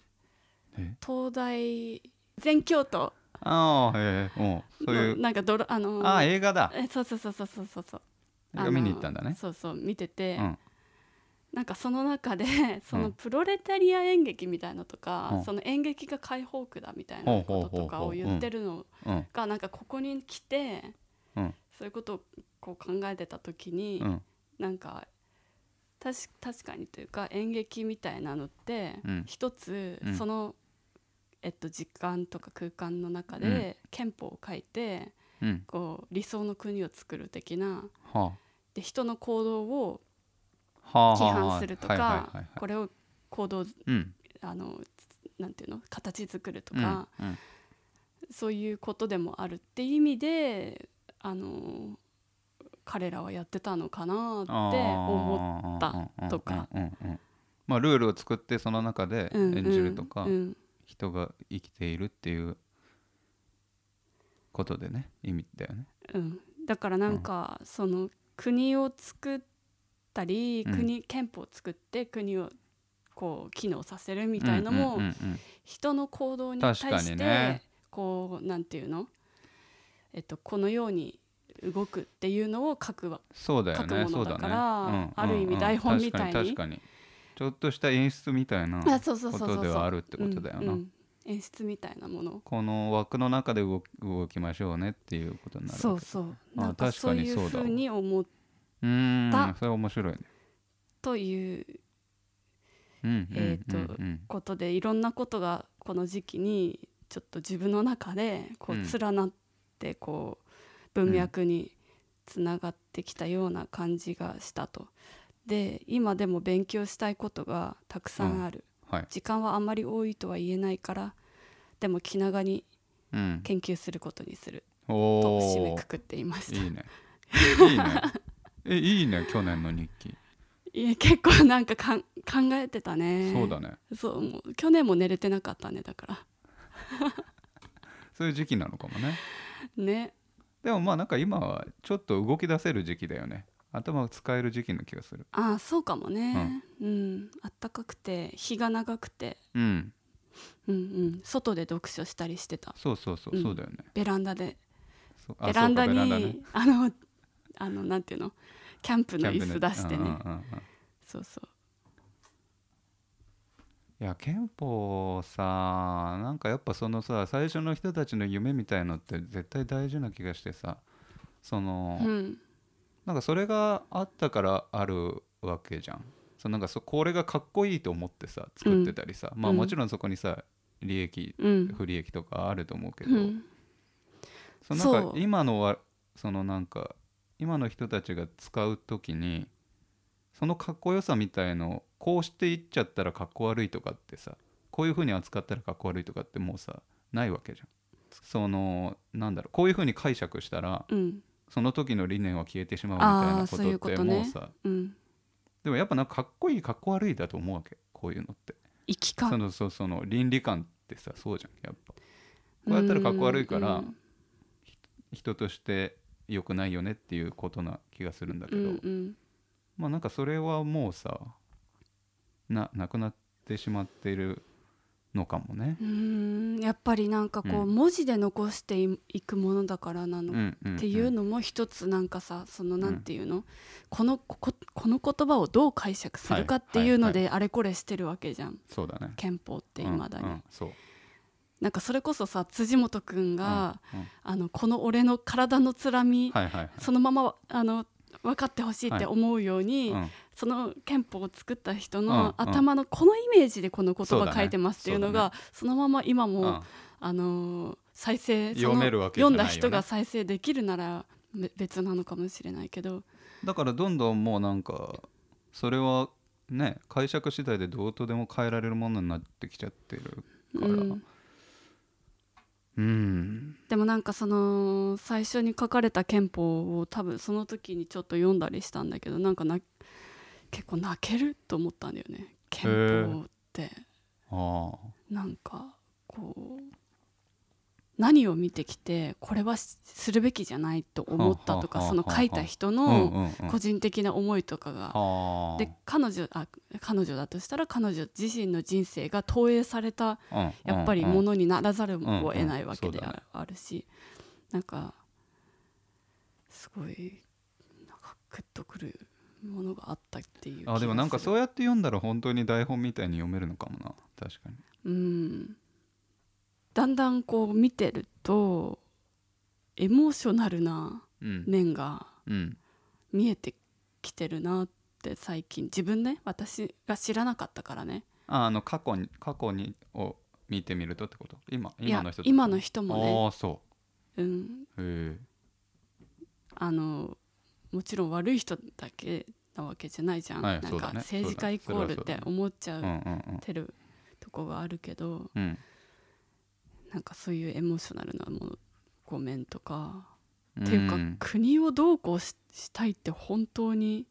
S1: え
S2: 東大全教頭
S1: ああへえもうそうい
S2: の
S1: う
S2: なんかドラあの
S1: ああ映画だ
S2: えそうそうそうそうそうそうそう
S1: 映画見に行ったんだ
S2: あの
S1: ね
S2: そうそう見てて、
S1: うん
S2: なんかその中でそうの
S1: ん
S2: プロレタリア演劇みたいのとか、
S1: うん
S2: その演劇が解放区だみたい
S1: ほう
S2: な
S1: ほうほ
S2: こ
S1: う
S2: ととかを言ってるの
S1: うん
S2: がなんかここに来て、
S1: うん
S2: そういうことをこう考えてた時に、
S1: うん
S2: なんかたし確かにというか演劇みたいなのって、
S1: うん
S2: 一つ
S1: うん
S2: その、えっと、時間とか空間の中
S1: う
S2: で憲法を書いて
S1: うん
S2: こう理想の国を作る的な
S1: は
S2: で人の行動を
S1: あはあはあ
S2: 規範すると
S1: はいはい
S2: か
S1: はいはい
S2: これを行動
S1: うん
S2: あのつなんていうの形作るとか、
S1: うんうん
S2: そういうことでもあるって意味であの彼らはやってたのかなって思っ思ったとか
S1: あーうんうんうんうんうんまあルールを作ってその中で
S2: うんうん
S1: 演じるとか、
S2: うん
S1: 人が生きているっていうことでね意味だよね
S2: うん、だからなんか、その国を作ったり
S1: うん
S2: 国、憲法を作って国をこう機能させるみたいのも、
S1: うんうんうん
S2: 人の行動に対
S1: 確かに
S2: して、
S1: ね
S2: こうなんていうの、えっと、このように動くっていうのを書くわ
S1: そうだよね
S2: 書く
S1: そ
S2: もの
S1: うだ
S2: だ
S1: ね
S2: から
S1: うんうんうん
S2: ある意味台本みたい
S1: 確
S2: に
S1: かに確かにちょっとした演出みたいな
S2: あそうそう
S1: こ
S2: そうそう
S1: とではあるってことだよ
S2: うんう
S1: なん
S2: 演出みたいなもの
S1: この枠の中で動き動きましょうねっていうことになる
S2: そううそう
S1: あ
S2: なんか
S1: 確
S2: そ
S1: か
S2: う
S1: に
S2: い
S1: そうだ
S2: う
S1: わ
S2: ふうに思う
S1: うー
S2: だ
S1: んそれ面白いね
S2: という
S1: うんうん
S2: えーと
S1: うん
S2: ことでいろんなことがこの時期にちょっと自分の中でこ
S1: うん
S2: う連なってこう文脈につながってきたような感じがしたと。で今でも勉強したいことがたくさんある、
S1: はい
S2: 時間はあまり多いとは言えないからでも気長に
S1: うん
S2: 研究することにすると
S1: お
S2: 締
S1: ー
S2: めくくっていました。
S1: いいねいいねえいいね去年の日記
S2: いや結構なんかかん考えてたね
S1: そうだね
S2: そうもう去年も寝れてなかったねだから
S1: そういう時期なのかもね
S2: ね
S1: でもまあなんか今はちょっと動き出せる時期だよね頭を使える時期の気がする
S2: ああそうかもねうん、あったかくて日が長くて
S1: うん
S2: うんうん外で読書したりしてた
S1: そうそうそううんそうだよね、
S2: ベランダで
S1: そうあ
S2: ベランダに
S1: そ
S2: あ
S1: うかベランダね
S2: のあのなんていうのキャンプの
S1: キャ
S2: 椅
S1: ン
S2: 子
S1: プ
S2: 出
S1: ね
S2: して
S1: うんう
S2: ね
S1: んうんうん
S2: そうそう
S1: いや憲法さなんかやっぱそのさ最初の人たちの夢みたいのって絶対大事な気がしてさその、
S2: うん
S1: なんかそれがあったからあるわけじゃんそのなんかそこれがかっこいいと思ってさ作ってたりさ、まあ
S2: うん
S1: もちろんそこにさ利益
S2: うん
S1: 不利益とかあると思うけ
S2: う
S1: ど、
S2: ん
S1: そのなん
S2: そ
S1: か
S2: う
S1: 今のはそのなんか今の人たちが使う時にそのかっこよさみたいのをこうしていっちゃったらかっこ悪いとかってさこういうふうに扱ったらかっこ悪いとかってもうさないわけじゃん。そのなんだろうこういうふうに解釈したら
S2: うん
S1: その時の理念は消えてしまうみたい
S2: あー
S1: な
S2: そういう
S1: こ
S2: こと
S1: って
S2: とね
S1: もうさ
S2: うん
S1: でもやっぱなんかかっこいいかっこ悪いだと思うわけこういうのって
S2: 生きか
S1: そのそうその倫理観ってさそうじゃんやっぱこうやったらかっこ悪いから
S2: うん
S1: 人として良くないよねっていうことな気がするんだけ
S2: う
S1: ど、
S2: んうん
S1: まあなんかそれはもうさななくなってしまっているのかもね
S2: う。ーんやっぱりなんかこう、
S1: うん
S2: 文字で残していいくものだからなの、
S1: うんうんうん
S2: っていうのも一つなんかさそのなんていうの、このこここの言葉をどう解釈するかっていうの
S1: は
S2: であれこれしてるわけじゃん、
S1: そうだね。
S2: 憲法っていまだに、
S1: うんうんそう
S2: なんかそれこそさ辻元くんが、
S1: うんうん
S2: あのこの俺の体のつらみ、
S1: はいはいはい。
S2: そのままあの分かってほしいって思うように、
S1: うん
S2: その憲法を作った人の
S1: うんうん
S2: 頭のこのイメージでこの言
S1: そうだ
S2: 葉
S1: ね
S2: 書いてますっていうのがそのまま今も、
S1: うん
S2: あのー再生その
S1: 読めるわけじゃないよね
S2: 読んだ人が再生できるならべ別なのかもしれないけど
S1: だからどんどんもうなんかそれはね解釈次第でどうとでも変えられるものになってきちゃってるから。
S2: うん
S1: うん
S2: でもなんかその最初に書かれた憲法を多分その時にちょっと読んだりしたんだけどなんかな結構泣けると思ったんだよね憲法って
S1: ああ
S2: なんかこう何を見てきてこれはしするべきじゃないと思ったとか
S1: はあはあ
S2: その書いた人
S1: うん
S2: の
S1: うんうん
S2: 個人的な思いとかが
S1: あー
S2: で彼女あ彼女だとしたら彼女自身の人生が投影された
S1: うんうん
S2: やっぱり
S1: うん
S2: ものにならざるを得ないわけ
S1: うんう
S2: で
S1: んそうだ
S2: ああるし、なんかすごいなんかグッとくるものがあったっていう気がする
S1: あでもなんかそううやって読んだら本当に台本みたいに読めるのかもな確かに
S2: うんだんだんこう見てるとエモーショナルな
S1: うん、
S2: 面が
S1: うん
S2: 見えてきてるなって最近自分ね私が知らなかったからね
S1: ああの過去に過去にを見てみるとってこと今
S2: いや
S1: 今の人
S2: 今の人もね
S1: ああそ
S2: うん、
S1: うへえ
S2: あのもちろん悪い人だけなわけじゃないじゃん、
S1: はい
S2: な
S1: そ
S2: ん
S1: うだ
S2: か
S1: ね
S2: 政治家イコールって思っちゃ
S1: う
S2: うん
S1: うん
S2: てるとこがあるけど
S1: うんうん
S2: なんかそういうエモーショナルなものごめんとか、
S1: うん
S2: っていうか国をどうこうししたいって本当にい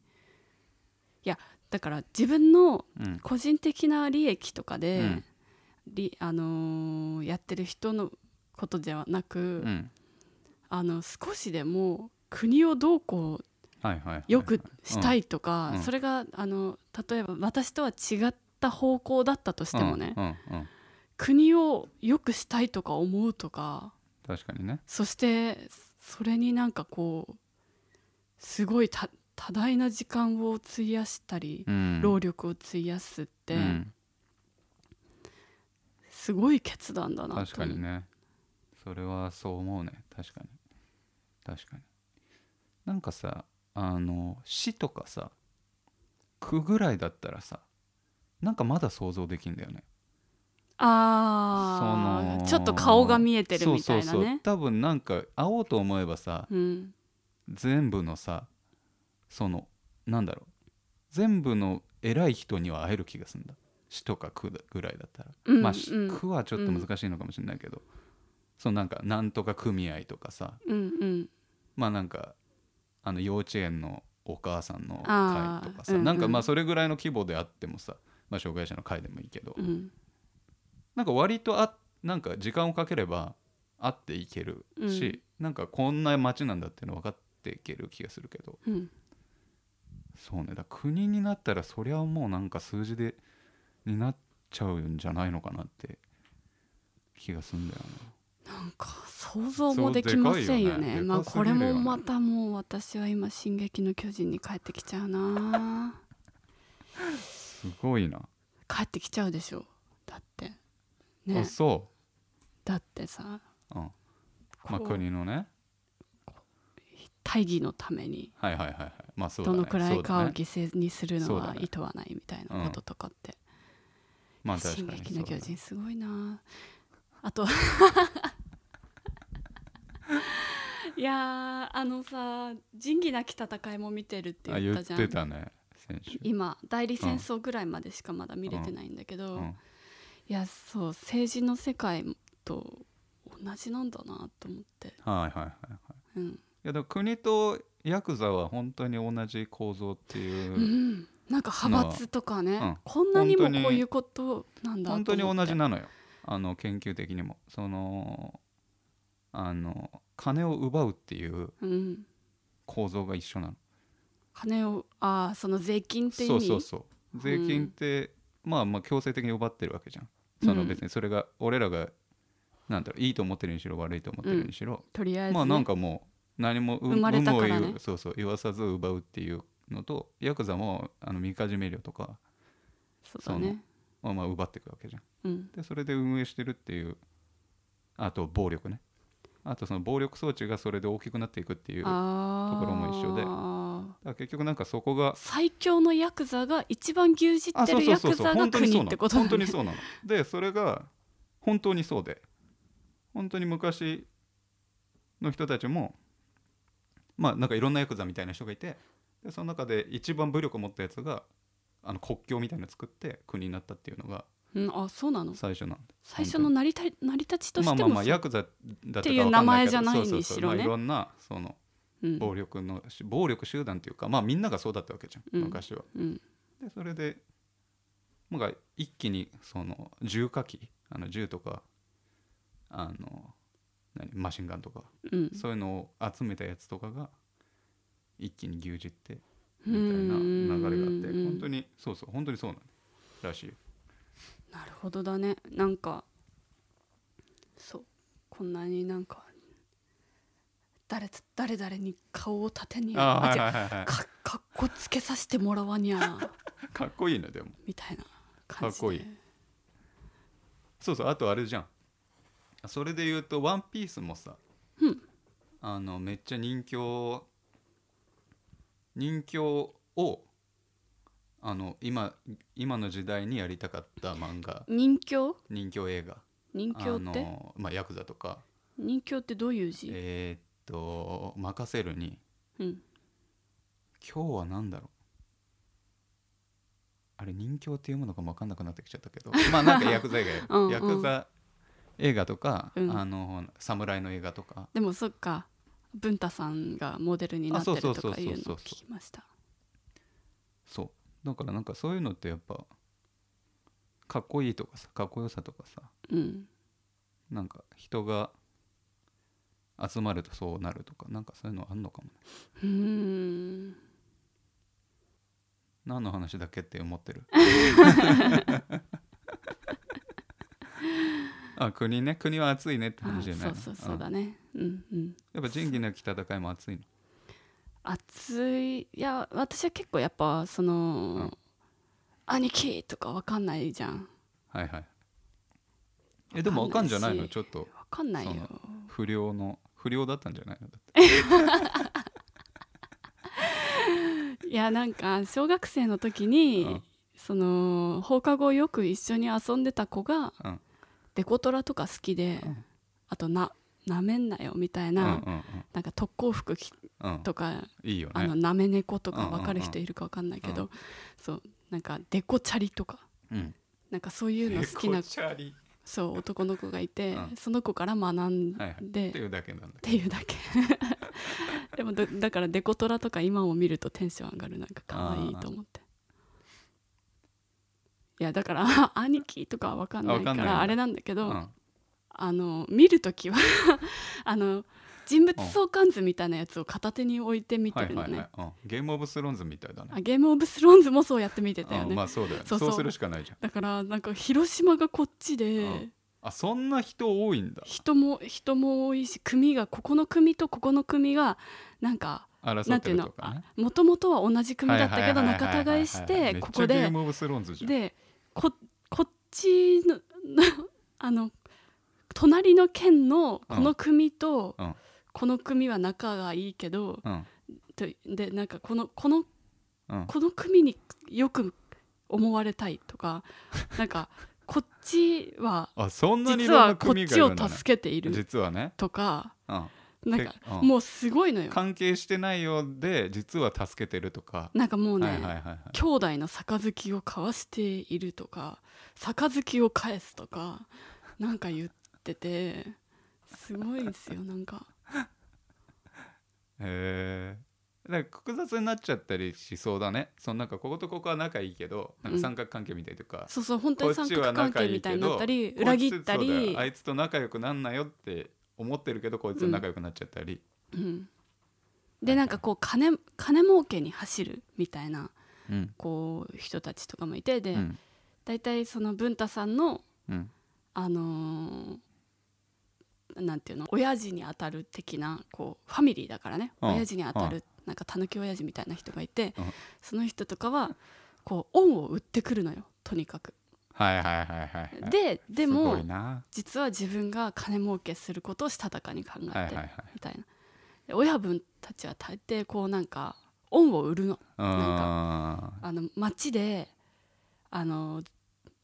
S2: やだから自分の
S1: うん
S2: 個人的な利益とかで、
S1: うん
S2: りあのーやってる人のことではなく、
S1: うん
S2: あの少しでも国をどうこう
S1: はいはいはい
S2: よくしたいとか、
S1: うん
S2: それがあの例えば私とは違った方向だったとしてもね、
S1: うんうんうん
S2: 国を良くしたいとか思うとか
S1: 確かにね
S2: そしてそれになんかこうすごいた多大な時間を費やしたり、
S1: うん
S2: 労力を費やすって、
S1: うん
S2: すごい決断だな
S1: 確
S2: と
S1: か
S2: 思う
S1: にねそれはそう思うね確かに確かになんかさあの死とかさ苦ぐらいだったらさなんかまだ想像できんだよね
S2: あ
S1: そ
S2: あ
S1: の
S2: ちょっと顔が見えてるみたいな
S1: そうそうそう
S2: ね。
S1: 多分なんか会おうと思えばさ
S2: うん
S1: 全部のさそのなんだろう全部の偉い人には会える気がするんだ死とか苦だぐらいだったら、
S2: うん
S1: まあ
S2: うん
S1: 苦はちょっと難しいのかもしれないけど、そのなんかなんとか組合とかさ
S2: うんうん
S1: まあなんかあの幼稚園のお母さんの
S2: あー
S1: 会とかさ、
S2: うんうん
S1: なんかまあそれぐらいの規模であってもさ、まあ、障害者の会でもいいけど、
S2: うん
S1: なんか割とあなんか時間をかければ会っていけるし、なんかこんな街なんだっていうの分かっていける気がするけど
S2: うん
S1: そうねだから国になったらそりゃもうなんか数字でになっちゃうんじゃないのかなって気がすんだよ
S2: なんか想像もできません
S1: そうでかい
S2: よね
S1: よね
S2: まあ
S1: でかす
S2: こ
S1: ぎる
S2: れ
S1: よね
S2: もまたもう私は今「進撃の巨人」に帰ってきちゃうな
S1: なすごいな、
S2: 帰ってきちゃうでしょだって
S1: あ
S2: ね
S1: そ
S2: だってさ
S1: う、うんまあ、
S2: こう
S1: 国のね
S2: 大義のために
S1: はいはいはいはいまあそうだ
S2: ど
S1: ね
S2: のくらいかを
S1: そうだね
S2: 犠牲にするの
S1: そうだ
S2: は
S1: ね
S2: 意図はないみたいなこととかって
S1: まあ
S2: 「進
S1: 確かに
S2: 撃の
S1: そ
S2: 巨
S1: うだね
S2: 人」すごいなあと いやーあのさ「仁義なき戦い」も見てるって
S1: あ
S2: 言
S1: 言
S2: った
S1: っ
S2: じゃ
S1: て
S2: ん
S1: たね選手
S2: 今代理戦争ぐらいまでしかまだ見れてないんだけど、
S1: うん
S2: いやそう政治の世界と同じなんだなと思って、
S1: はいはいはいはい
S2: うん
S1: いやでも国とヤクザは本当に同じ構造っていう、
S2: うんなんか派閥とかね、
S1: うん
S2: こんなにも
S1: 本当に
S2: こういうことなんだ
S1: 本
S2: と思って
S1: 当に同じなのよあの研究的にもそのあの金を奪うっていう
S2: うん、
S1: 構造が一緒なの
S2: 金をああその税金って意味
S1: そうそうそう税金って、まあまあ強制的に奪ってるわけじゃんその
S2: うん
S1: 別にそれが俺らがなんだろういいと思ってるにしろ悪いと思ってるにしろ、
S2: とりあえずね、
S1: まあなんかもう何もう
S2: 生まれたか
S1: 有
S2: らね
S1: 無を言うそうそう言わさず奪うっていうのとヤクザもあのみかじめ料とか、
S2: そうだね
S1: まあ、まあ奪っていくわけじゃん
S2: うん
S1: でそれで運営してるっていうあと暴力ねあとその暴力装置がそれで大きくなっていくっていうだか
S2: あ
S1: と
S2: ー
S1: ころも一緒でら結局なんかそこが
S2: 最強のヤクザが一番牛耳
S1: あ
S2: って
S1: そう
S2: る
S1: そう
S2: ヤ
S1: そ
S2: ク
S1: うそう
S2: ザが
S1: 本当にそう
S2: 国っ
S1: な
S2: て
S1: の
S2: ことだね
S1: 本当にそうなのでそれが本当にそうで本当に昔の人たちもまあなんかいろんなヤクザみたいな人がいてでその中で一番武力を持ったやつがあの国境みたいなの作って国になったっていうのが
S2: うん、あそうなの
S1: 最初なんで
S2: 最初の成りた成り立ちと
S1: まあ
S2: して
S1: まあ
S2: も
S1: まあ
S2: そう
S1: ヤクザだ
S2: っていう名前じゃないにしろね
S1: そうそうそうまあ、いろんなその
S2: うん
S1: 暴力の、暴力集団というかまあみんながそうだったわけじゃん
S2: うん
S1: 昔は。
S2: うん
S1: でそれでなんか一気にその銃火器あの銃とかあの何マシンガンとか、
S2: うん
S1: そういうのを集めたやつとかが一気に牛耳って
S2: う
S1: みたいな流れがあって
S2: ーん
S1: 本当にそうそう本当にそうなんらしいよ
S2: なるほどだねなんかそうこんなになんか誰と誰々に顔を立てにゃ
S1: あー
S2: あ違う
S1: はいはいはいは
S2: かかっこつけさせてもらわにゃあ
S1: いかっこいいねでも
S2: みたいな感じで
S1: かっこいいそうそうあとあれじゃんそれで言うと「ワンピースもさ、
S2: うん
S1: あのめっちゃ人気を人気をあの今今の時代にやりたかった漫画
S2: 人侠
S1: 人気映画
S2: 人侠
S1: あ
S2: って
S1: の、まあ、ヤクザとか
S2: 人侠ってどういう字、
S1: えーっと「任せるに」
S2: うん
S1: 今日は何だろうあれ人気っていうものかも分かんなくなってきちゃったけど まあなんかヤクザ映画
S2: うんうん
S1: ヤクザ映画とか、
S2: うん
S1: あの侍の映画とか
S2: でもそっか文太さんがモデルになってるとかいうのを聞きました
S1: そうだからなんかそういうのってやっぱかっこいいとかさかっこよさとかさ
S2: うん
S1: なんか人が集まるとそうなるとかなんかそういうのあんのかもね
S2: うーん
S1: 何の話だっけって思 ってるあ国ね国は熱いねって
S2: あ
S1: 話じゃない
S2: そ
S1: の
S2: うそうそうだ
S1: ん
S2: ねうんうん
S1: やっぱ仁義なき戦いも熱いの
S2: 熱いいや私は結構やっぱその、兄貴とかわかんないじゃん
S1: はいはいえでもわかんじゃないの
S2: わかんないし
S1: ちょっと
S2: わかんないよ
S1: 不良の不良だったんじゃないのだって
S2: いやなんか小学生の時に、
S1: うん
S2: その放課後よく一緒に遊んでた子が、
S1: うん
S2: デコトラとか好きで、
S1: うん
S2: あとななめんなよみたい
S1: うん
S2: な、
S1: うん
S2: なんか特攻服着
S1: うんうん
S2: とか
S1: いいよね
S2: あのなめ猫とか
S1: うんうんうん
S2: わかる人いるかわかんないけど、
S1: うん
S2: そうなんかデコチャリとか
S1: うん
S2: なんかそういうの好きな
S1: ペコチャリ
S2: そう男の子がいて、
S1: うん
S2: その子から学んで、
S1: はいはい、って
S2: っ
S1: いうだけなんだ
S2: ていうだけ でもだだからデコトラとか今を見るとテンション上がるなんか可愛いと思っていやだから あ兄貴とかは分かんないか
S1: あわかんないん
S2: ら
S1: だ
S2: あれなんだけ
S1: う
S2: ど、
S1: ん
S2: あの見るときは あの人物相関図みたいなやつを片手に置いて見て
S1: はい
S2: るの
S1: はい
S2: ね、
S1: はいうんゲームオブスローンズみたいだね
S2: あゲームオブスローンズもそうやって見てたよ
S1: う
S2: ね、
S1: んまあそうだよね
S2: そうそう
S1: そうするしかないじゃん
S2: だからなんか広島がこっちで、
S1: うんあそんな人多いんだ
S2: 人も人も多いし組がここの組とここの組がなんか
S1: 争
S2: な
S1: っ
S2: んて
S1: て
S2: いう
S1: ると
S2: の
S1: かね
S2: もともとは同じ組だったけど
S1: はいはいはい
S2: 仲
S1: はいはい
S2: 違いして
S1: めっちゃ
S2: ここ
S1: ゲー
S2: で
S1: ムオブスローンズじゃん
S2: でここっちの あの隣の県のこの組と、
S1: うんうん
S2: この組は仲がいいけど
S1: うん
S2: とでなんかこのこの
S1: うん
S2: この組によく思われたいと かなんかこっちは
S1: あそんなにいろ
S2: 実
S1: んな
S2: はこ
S1: 組
S2: っ
S1: が
S2: ち
S1: い
S2: を
S1: るんだね
S2: 助けている
S1: 実はね、
S2: とか
S1: うん、
S2: なんか
S1: けうん
S2: もうすごいのよ
S1: 関係してないようで実は助けてるとか、
S2: なんかもうね、
S1: はいはいはいはい
S2: 兄弟の杯を交わしているとか杯を返すとかなんか言っててすごいんですよなんか
S1: へえなんか複雑になっちゃったりしそうだねそのなんかこことここは仲いいけどなんか三角関係みたいとか、
S2: そうそう本当に三角関係みたいになったり
S1: こ
S2: 裏
S1: いつ
S2: 切った
S1: そうだ
S2: り
S1: よあいつと仲良くなんなよって思ってるけどこいつと仲良くなっちゃったり、
S2: うん、でなんかこう金金儲けに走るみたいな
S1: うん
S2: こう人たちとかもいてで、
S1: うん
S2: 大体その文太さんの
S1: うん
S2: あのーなんていうの親父にあたる的なこうファミリーだからね、
S1: うん
S2: 親父にあたる、
S1: う
S2: なんかたぬき親父みたいな人がいて、
S1: うん
S2: その人とかはこう恩を売ってくるのよとにかく。
S1: はいはいはいはいはい
S2: でです
S1: ご
S2: も
S1: いな
S2: 実は自分が金儲けすることをしたたかに考えて、
S1: はいはいはい
S2: みたいなで親分たちは大抵こうなんか恩を売るの
S1: う
S2: あの街であの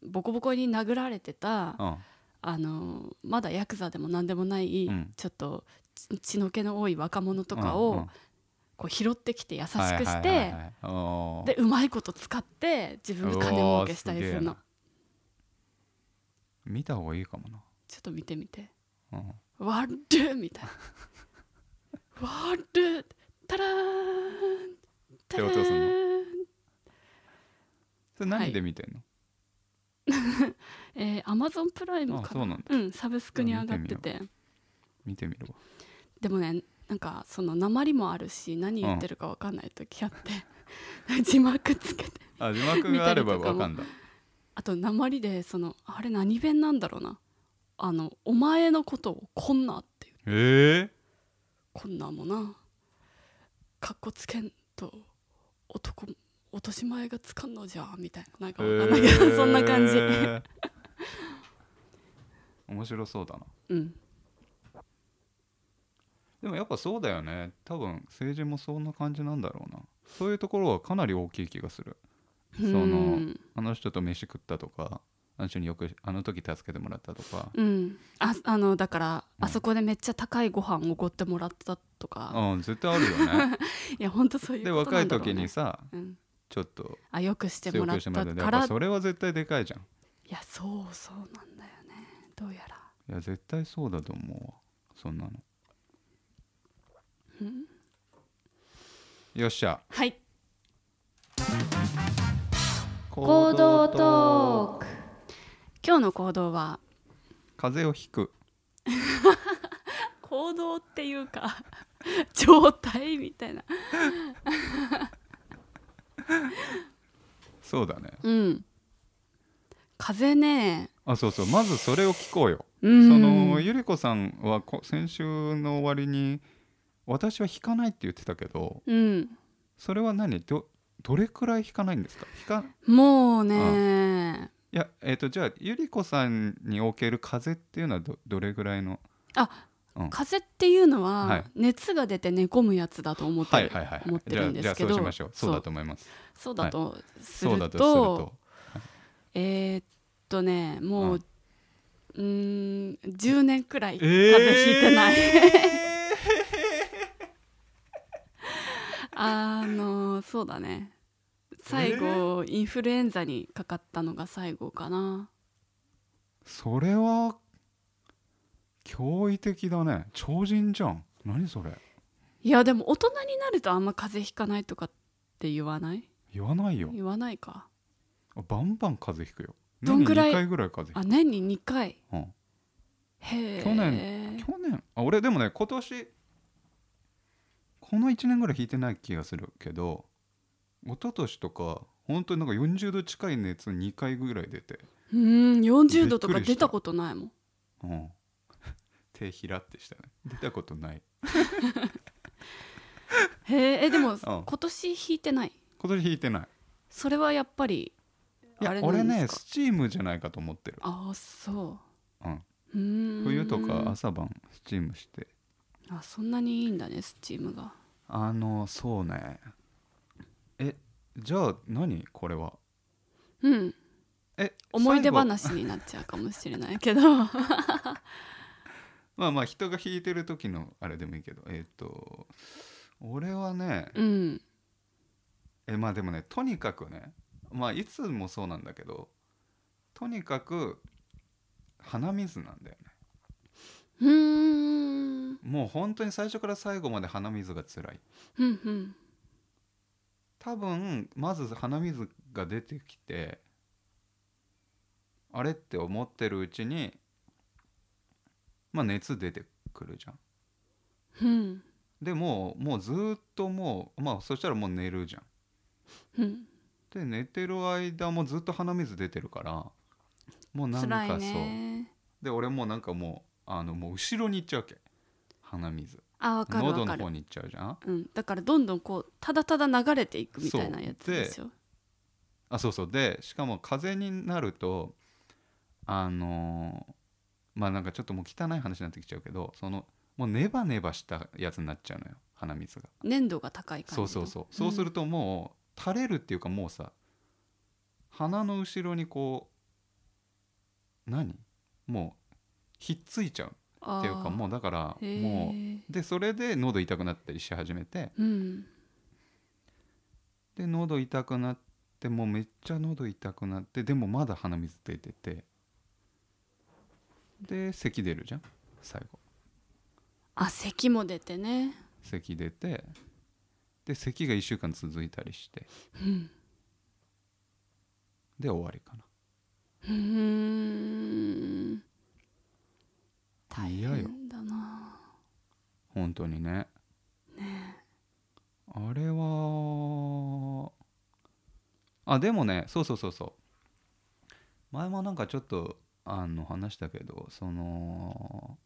S2: ボコボコに殴られてた
S1: ーん
S2: あのまだヤクザでも何でもない、
S1: うん
S2: ちょっとち血の気の多い若者とか
S1: うんうん
S2: をこう拾ってきて優しくし
S1: はいはい
S2: て
S1: はいはいおー
S2: でうまいこと使って自分が金儲けしたりする
S1: う
S2: の
S1: わー見た方がいいかもな、
S2: ちょっと見てみて
S1: うん
S2: 「わるー」みた いな「わるー」タラーンタラ
S1: 手を通す
S2: ーン、
S1: それ何で見てんの、
S2: えー、Amazon プライム
S1: あ
S2: か
S1: そうなんだ
S2: うんサブスクに上がってて
S1: 見てみるわ
S2: でもねなんかその鉛もあるし何言ってるか分かんない時あって、 字幕つけて
S1: あ字幕があれば
S2: 見たり
S1: わ
S2: とか
S1: か
S2: も
S1: んだ
S2: あと鉛でそのあれ何弁なんだろうなあの「お前のことをこんな」っていう
S1: え
S2: こんなもなかっこつけんと男落とし前がつかんのじゃみたいななん
S1: え
S2: かわかんないけど、
S1: えー
S2: そんな感じ
S1: 面白そうだな
S2: うん
S1: でもやっぱそうだよね多分政治もそんな感じなんだろうなそういうところはかなり大きい気がするその
S2: うん
S1: あの人と飯食ったとかあの人によくあの時助けてもらったとか
S2: うんああのだから、
S1: うん
S2: あそこでめっちゃ高いご飯おごってもらったとか、
S1: うん絶対あるよね
S2: いやほんとそういう
S1: で
S2: ことな
S1: 若
S2: ん
S1: い
S2: だろう、ね、
S1: 時にさ
S2: うん、
S1: ちょっと
S2: あよくして
S1: 強
S2: もら
S1: く
S2: っ
S1: してもら
S2: た
S1: った
S2: か
S1: やっぱ
S2: ら
S1: それは絶対でかいじゃん
S2: いやそうそうなんだよねどうやら
S1: いや絶対そうだと思うわそんなのよっしゃ
S2: はい
S1: 行
S2: ーク今日の行動は
S1: 風邪をひく
S2: 行動っていうか 状態みたいな
S1: そうだね
S2: うん風ね
S1: あそうそうまずそれを聞こうよ、
S2: うん
S1: そのゆり子さんはこ先週の終わりに私は引かないって言ってたけど
S2: うん
S1: それは何どどれくらい引かないんですか引か
S2: もうね
S1: いやえっ、とじゃあゆり子さんにおける風邪っていうのはどどれぐらいのうん
S2: 風邪っていうの
S1: は
S2: はい熱が出て寝込むやつだと思って
S1: はい
S2: る
S1: はいはいはい
S2: 思って
S1: じゃ
S2: る
S1: あ
S2: んで
S1: じゃあ
S2: すけ
S1: そ
S2: ど
S1: うしましょうそう
S2: そ
S1: だ
S2: う
S1: と思います
S2: そうだとす
S1: そう
S2: る
S1: だとする
S2: と
S1: と
S2: えーっとねも
S1: う
S2: ううーん10年くらい
S1: え
S2: 風邪ひいてない、 あのそうだね最後、インフルエンザにかかったのが最後かな
S1: それは驚異的だね超人じゃん何それ
S2: いやでも大人になるとあんま風邪ひかないとかって言わない
S1: 言わないよ
S2: 言わないか
S1: あバンバン風邪ひくよ
S2: どんぐらい
S1: 年に2回ぐらい風邪
S2: あ年に2回
S1: ひく、うん
S2: へえ
S1: 去去年あ俺でもね今年この1年ぐらい引いてない気がするけど一昨年とか本当になんか40度近い熱2回ぐらい出て、
S2: うーん40度と
S1: び
S2: か
S1: っくりした
S2: 出たことないもん
S1: うん、手ひらってしたね出たことない
S2: へええでも今年引いてない
S1: 今年引いてない
S2: それはやっぱり
S1: い
S2: あ
S1: や
S2: れな
S1: 俺
S2: んで
S1: ね
S2: すか
S1: スチームじゃないかと思ってる、
S2: ああそう
S1: うん、
S2: うーん
S1: 冬とか朝晩スチームして
S2: あそんなにいいんだねスチームが
S1: あのそうねえじゃあ何これは
S2: うん
S1: え
S2: 思い出
S1: 最後
S2: 話になっちゃうかもしれないけど
S1: まあまあ人が弾いてる時のあれでもいいけどえーっ、と俺はね
S2: うん
S1: えまあでもねとにかくねまあいつもそうなんだけどとにかく鼻水なんだよね
S2: うーん
S1: もう本当に最初から最後まで鼻水が辛い
S2: うんうん
S1: 多分まず鼻水が出てきてあれって思ってるうちにまあ熱出てくるじゃん
S2: うん
S1: でもうもうずーっともうまあそしたらもう寝るじゃん
S2: うん
S1: で寝てる間もずっと鼻水出てるからもうなんか
S2: 辛
S1: そう、
S2: いね
S1: で俺もうなんかもうあのもう後ろに行っちゃうわけ鼻水
S2: あわかる
S1: 喉
S2: わ
S1: の
S2: かる
S1: 方に行っちゃうじゃん
S2: うん、だからどんどんこうただただ流れていくみたいなやつでしょ
S1: あそうそうでしかも風邪になるとあのーまあなんかちょっともう汚い話になってきちゃうけどそのもうネバネバしたやつになっちゃうのよ鼻水が
S2: 粘度が高い感じ
S1: そう
S2: の
S1: そうそうそうするともう垂れるっていうかもうさ鼻の後ろにこう何もうひっついちゃう
S2: っ
S1: っていうかもうだから
S2: へえ
S1: もうでそれで喉痛くなったりし始めて
S2: うん
S1: で喉痛くなってもうめっちゃ喉痛くなってでもまだ鼻水出ててで咳出るじゃん最後
S2: あ咳も出てね
S1: 咳出てで咳が1週間続いたりして
S2: うん
S1: で終わりかな
S2: うーん大
S1: 嫌よ
S2: 変だな
S1: 本当にねあれはあでもねそうそうそうそう前もなんかちょっとあの話したけどその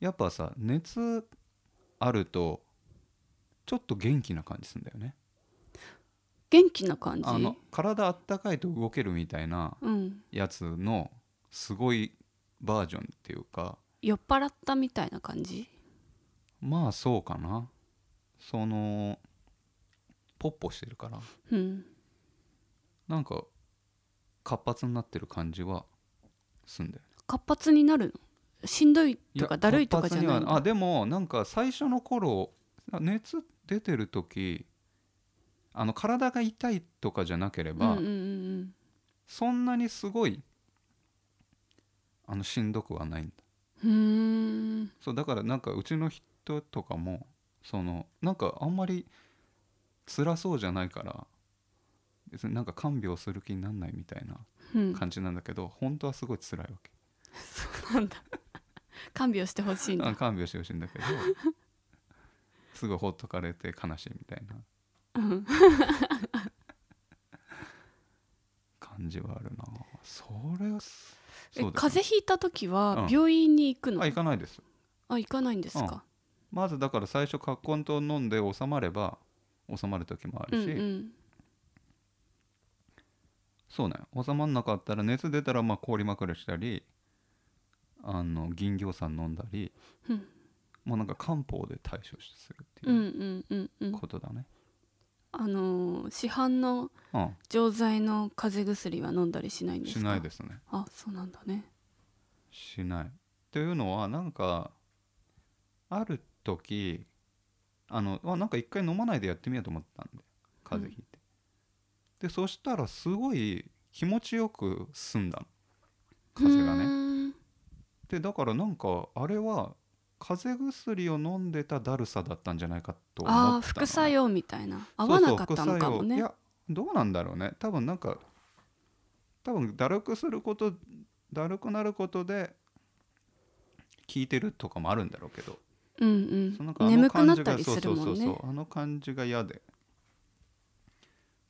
S1: やっぱさ熱あるとちょっと元気な感じするんだよね
S2: 元気な感じ
S1: あの体あったかいと動けるみたいな
S2: うん
S1: やつのすごいバージョンっていうか
S2: 酔っ払ったみたいな感じ
S1: まあそうかなそのポッポしてるから
S2: うん
S1: なんか活発になってる感じはすんだよね
S2: 活活になるのしんどい
S1: い
S2: と
S1: や
S2: かだるいとかじゃない
S1: 活発にはあ
S2: の
S1: でもなんか最初の頃な熱出てる時あの体が痛いとかじゃなけれ
S2: うんう
S1: ば、
S2: んうんうん
S1: そんなにすごいあのしんどくはないんだ
S2: うーん
S1: そうだからなんかうちの人とかもそのなんかあんまり辛そうじゃないから別になんか看病する気になんないみたいな
S2: うん
S1: 感じなんだけど、本当はすごい辛いわけ
S2: そうなんだ看病してほしいん
S1: あ
S2: だ
S1: 看病してほしいんだ けどすごいほっとかれて悲しいみたいな
S2: うん
S1: 感じはあるなそれはす
S2: え
S1: そうです
S2: 風邪
S1: ね
S2: ひいた時は
S1: うん
S2: 病院に行くの
S1: あ行かないです
S2: あ行かないんですか
S1: まずだから最初カッと飲んで収まれば収まる時もあ
S2: う
S1: る
S2: ん
S1: し、
S2: うん
S1: そうね収まんなかったら熱出たらまあ氷枕したりあの銀行さん飲んだり
S2: うん
S1: もうなんか漢方で対処するって
S2: う
S1: い
S2: ん
S1: う
S2: うんうんう
S1: うんことだね、
S2: あのー市販の
S1: うん
S2: 錠剤の風邪薬は飲んだりしないんで
S1: し
S2: すか
S1: ないですね
S2: あそうなんだね
S1: しないというのはなんかある時あのあなんか一回飲まないでやってみようと思ったんで風邪ひいて、でそしたらすごい気持ちよく済んだの風邪がね
S2: うーん
S1: でだからなんかあれは風邪薬を飲んでただるさだったんじゃないかと思ったの
S2: ああ副作用みたいな合わなかったのかも
S1: そうそう副
S2: ね
S1: 作用いやどうなんだろうね多分なんか多分だるくすることだるくなることで聞いてるとかもあるんだろうけど
S2: うん
S1: そのなん
S2: う
S1: か
S2: ん
S1: あの
S2: 眠くな
S1: 感
S2: っ
S1: じ
S2: た
S1: が
S2: りするも
S1: そ
S2: ん
S1: うそう
S2: ね
S1: そうそうあの感じが嫌で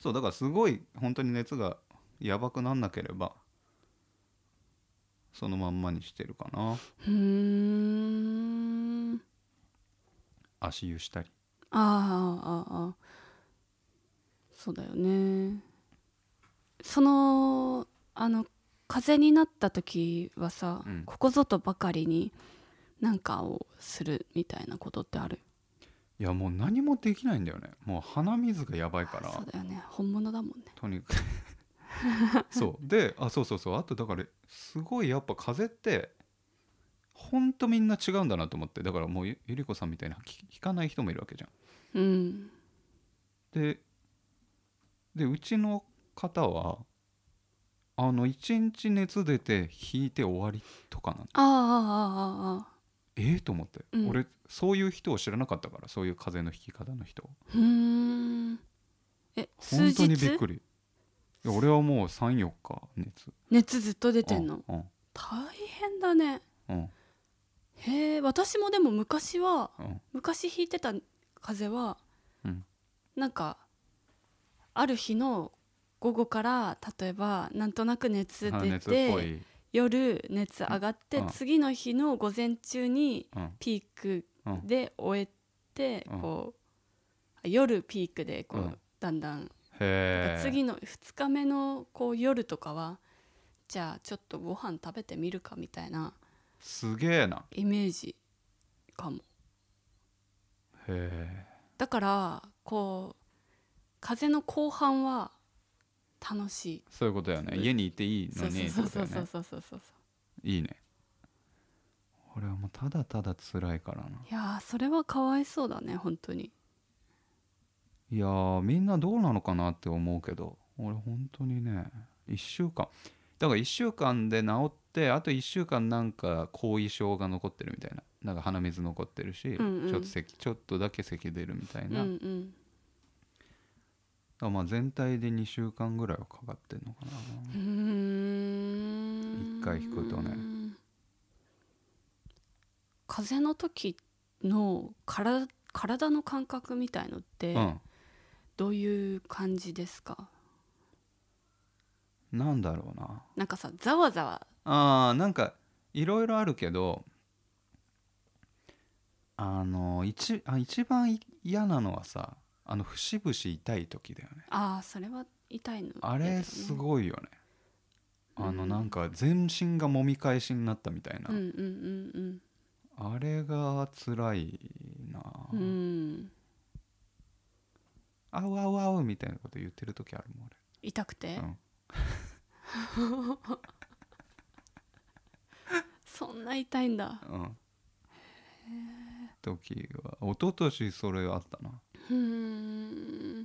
S1: そうだからすごい本当に熱がやばくなんなければそのまんまにしてるかな
S2: うーん
S1: 足湯したり
S2: ああああああそうだよねそのあの風邪になった時はさ、
S1: うん
S2: ここぞとばかりに何かをするみたいなことってある
S1: いやもう何もできないんだよねもう鼻水がやばいから
S2: そうだよね本物だもんね
S1: とにかく そうであそうそうそうあとだからすごいやっぱ風邪ってほんとみんな違うんだなと思ってだからもうゆゆり子さんみたいな聞聞かない人もいるわけじゃん
S2: うん
S1: ででうちの方はあの1日熱出て引いて終わりとかなの
S2: ああああああああ
S1: ええと思って、
S2: うん
S1: 俺そういう人を知らなかったからそういう風邪の引き方の人
S2: うーんえ数
S1: 本当にびっ
S2: 日
S1: くりいや俺はもう34日熱
S2: 熱ずっと出てんの
S1: うん
S2: 大変だね
S1: うんうん
S2: へえ私もでも昔は
S1: うん
S2: 昔弾いてた風邪は、
S1: うん
S2: なんかある日の午後から例えばなんとなく熱
S1: あ
S2: 出
S1: 熱っぽ
S2: て
S1: い
S2: 夜熱上がって、
S1: うん
S2: 次の日の午前中に
S1: うん
S2: ピーク
S1: うん
S2: で終えて、
S1: うん
S2: こう夜ピークでこう、
S1: うん
S2: だんだん
S1: へえ
S2: 次の2日目のこう夜とかはじゃあちょっとご飯食べてみるかみたいな
S1: すげえな
S2: イメージかも。
S1: へえ
S2: だからこう風の後半は楽しい
S1: そういうことだよね家にいていい
S2: そ
S1: の
S2: う
S1: に
S2: そう
S1: って
S2: そ
S1: こ
S2: う
S1: とだ
S2: そ
S1: よね
S2: うそうそうそう
S1: いいね俺はもうただただ辛いからない
S2: やーそれはかわいそうだね本当に
S1: いやーみんなどうなのかなって思うけど俺本当にね1週間だから1週間で治ってあと1週間なんか後遺症が残ってるみたいななんか鼻水残ってるし、
S2: うんうん
S1: ちょっと咳ちょっとだけ咳出るみたい
S2: うん
S1: な、
S2: う
S1: だか
S2: ん
S1: らまあ全体で2週間ぐらいはかかってんのかな
S2: うーん
S1: 一回引くとね
S2: 風の時の体体の感覚みたいのって
S1: うん
S2: どういう感じですか、
S1: なんだろうな
S2: なんかさざわざわ
S1: あーなんかいろいろあるけどあの一あ一番嫌なのはさあの節々痛い時だよね
S2: ああそれは痛いの
S1: あ
S2: やだよ
S1: れ
S2: ね
S1: すごいよねあ
S2: う
S1: の
S2: ん
S1: なんか全身がもみ返しになったみたいな、
S2: うんうんうん
S1: あれが辛いな、
S2: うんうん
S1: あうあうあうみたいなこと言ってる時あるもん
S2: 痛くて、
S1: 俺、うん、
S2: そんな痛いんだ。
S1: うん、時は一昨年それあったな
S2: うーん。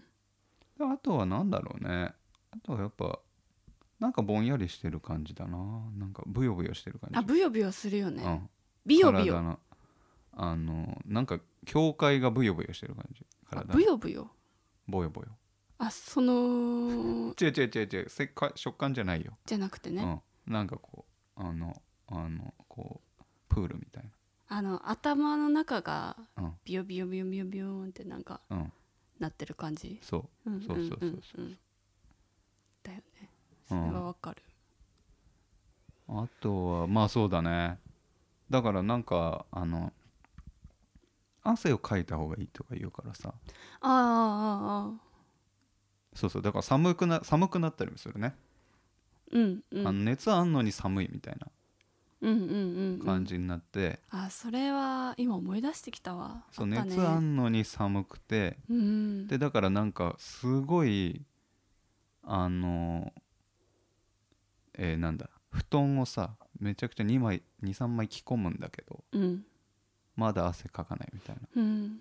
S1: であとは何だろうねあとはやっぱなんかぼんやりしてる感じだななんかブヨブヨしてる感じ
S2: あ、ブヨブヨするよ
S1: う
S2: ね。
S1: ん、
S2: ビヨビ
S1: 体
S2: ヨ。
S1: のあのなんか境界がブヨブヨしてる感じ
S2: あ
S1: 体の
S2: ブヨブヨ。
S1: ボヨボヨ
S2: あ、その
S1: 違う違う違う違うせっか食感じゃないよ、
S2: じゃなくてね、
S1: うん、なんかこうあのあのこうプールみたい
S2: あの頭の中が
S1: なうん
S2: ビヨビヨビヨビヨビヨーンってなんか
S1: うん
S2: なってる感じ。
S1: そ
S2: うんうん
S1: そうそうそうそ
S2: うんうんだよね。
S1: う、う
S2: それは
S1: ん、
S2: わかる。
S1: あとはまあそうだねだからなんかあの汗をかいた方がいいとか言うからさ
S2: ああああああ。
S1: そうそうだから寒くな寒くなったりもするね、
S2: うんうん。
S1: あ
S2: う
S1: の
S2: ん
S1: 熱あんのに寒いみたい
S2: うんうんう。
S1: なん感じになって、
S2: あ、それは今思い出してきたわ。
S1: そう
S2: あったね
S1: 熱あんのに寒くて
S2: うん。
S1: でだからなんかすごいあのえーなんだ布団をさめちゃくちゃ2枚23枚着込むんだけど
S2: うん。
S1: まだ汗かかないみたいな
S2: うん。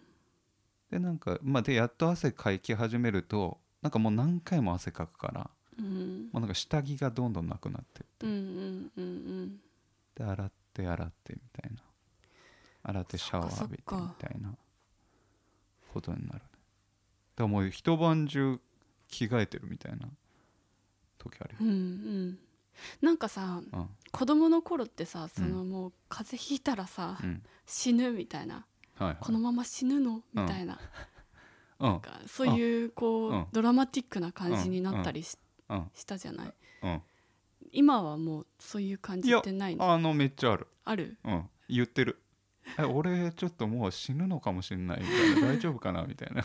S1: でなんかまあでやっと汗かき始めるとなんかもう何回も汗かくから
S2: うん。
S1: もうなんか下着がどんどんなくなってっ
S2: うんう
S1: て、
S2: んうんうん。
S1: で洗って洗ってみたいな洗ってシャワー
S2: そっ
S1: 浴
S2: か
S1: びてみたいなことになるねだからもう一晩中着替えてるみたいな時あるよ
S2: うんうんなんかさ
S1: うん
S2: 子供の頃ってさそのもう風邪ひいたらさ、
S1: うん
S2: 死ぬみたいな
S1: はいはい
S2: このまま死ぬの
S1: うん
S2: みたいな,、
S1: うん
S2: なんかそういうこう、
S1: うん
S2: ドラマティックな感じになったりし,、
S1: うん
S2: したじゃない
S1: うん
S2: 今はもうそういう感じってないの
S1: あのめっちゃある
S2: ある
S1: うん言ってるえ俺ちょっともう死ぬのかもしれないみた いな大丈夫かなみたいな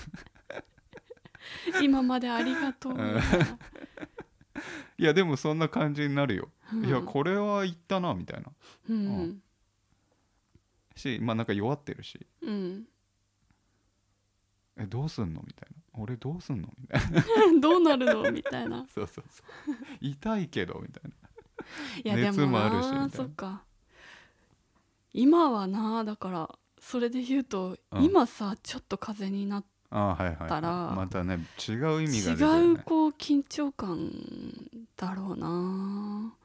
S2: 今までありがとうみたいな、
S1: いやでもそんな感じになるよ、
S2: うん、
S1: いやこれは言ったなみたいな
S2: うん
S1: しまあなんか弱ってるし
S2: うん、
S1: えどうすんのみたいな俺どうすんのみたいな
S2: どうなるのみたいな
S1: そうそうそう痛いけどみたいない
S2: やで
S1: 熱
S2: も
S1: もあるし
S2: な
S1: みたい
S2: そ
S1: な
S2: っか今はなだからそれで言うと、
S1: うん
S2: 今さちょっと風になっ
S1: あーはいはい
S2: たら
S1: またね違う意味が出てる、ね、
S2: 違うこう緊張感だろうな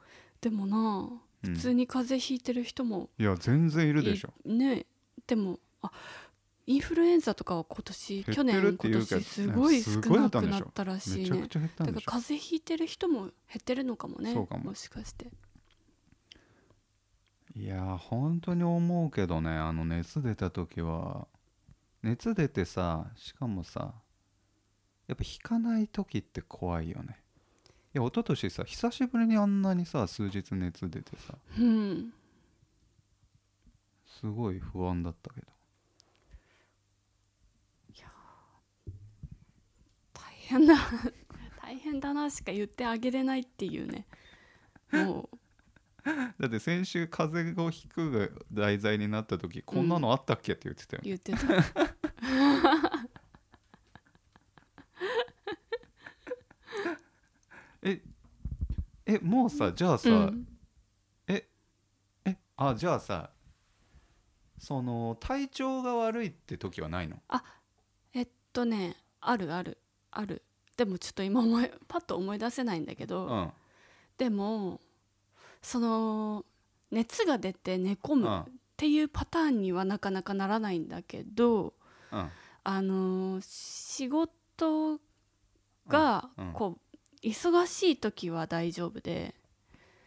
S2: でもな
S1: うん
S2: 普通に風邪ひいてる人も
S1: いや全然いるでしょ
S2: いねでもあインフルエンザとかは今
S1: 減
S2: 年去
S1: って
S2: 年
S1: るっ
S2: 今
S1: ていうけど
S2: 年すごい
S1: す
S2: 少
S1: ごい減っ
S2: な
S1: たん
S2: く
S1: でしょ
S2: なったらし
S1: め
S2: い
S1: ちゃ
S2: ね
S1: くちゃ減った
S2: だ
S1: んで
S2: から
S1: しょ
S2: 風邪ひいてる人も減ってるのかもね
S1: そうかも
S2: しかして
S1: いやー本当に思うけどねあの熱出た時は熱出てさしかもさやっぱ引かない時って怖いよねいや一昨年さ久しぶりにあんなにさ数日熱出てさ
S2: うん
S1: すごい不安だったけど
S2: 大変だ大変だなしか言ってあげれないっていうねもう
S1: だって先週風邪をひくが題材になった時こんなのあったっけって言ってたよね、
S2: 言ってた
S1: えもうさじゃあさ、
S2: うん
S1: えあじゃあさその体調が悪いって時はないの
S2: えっとねあるあるあるでもちょっと今思いパッと思い出せないんだけ
S1: う
S2: ど、
S1: ん
S2: でもその熱が出て寝込
S1: う
S2: む
S1: ん
S2: っ、ていうパターンにはなかなかならないんだけど、
S1: うん、
S2: あのー仕事が
S1: うんうん
S2: こう忙しい時は大丈夫で、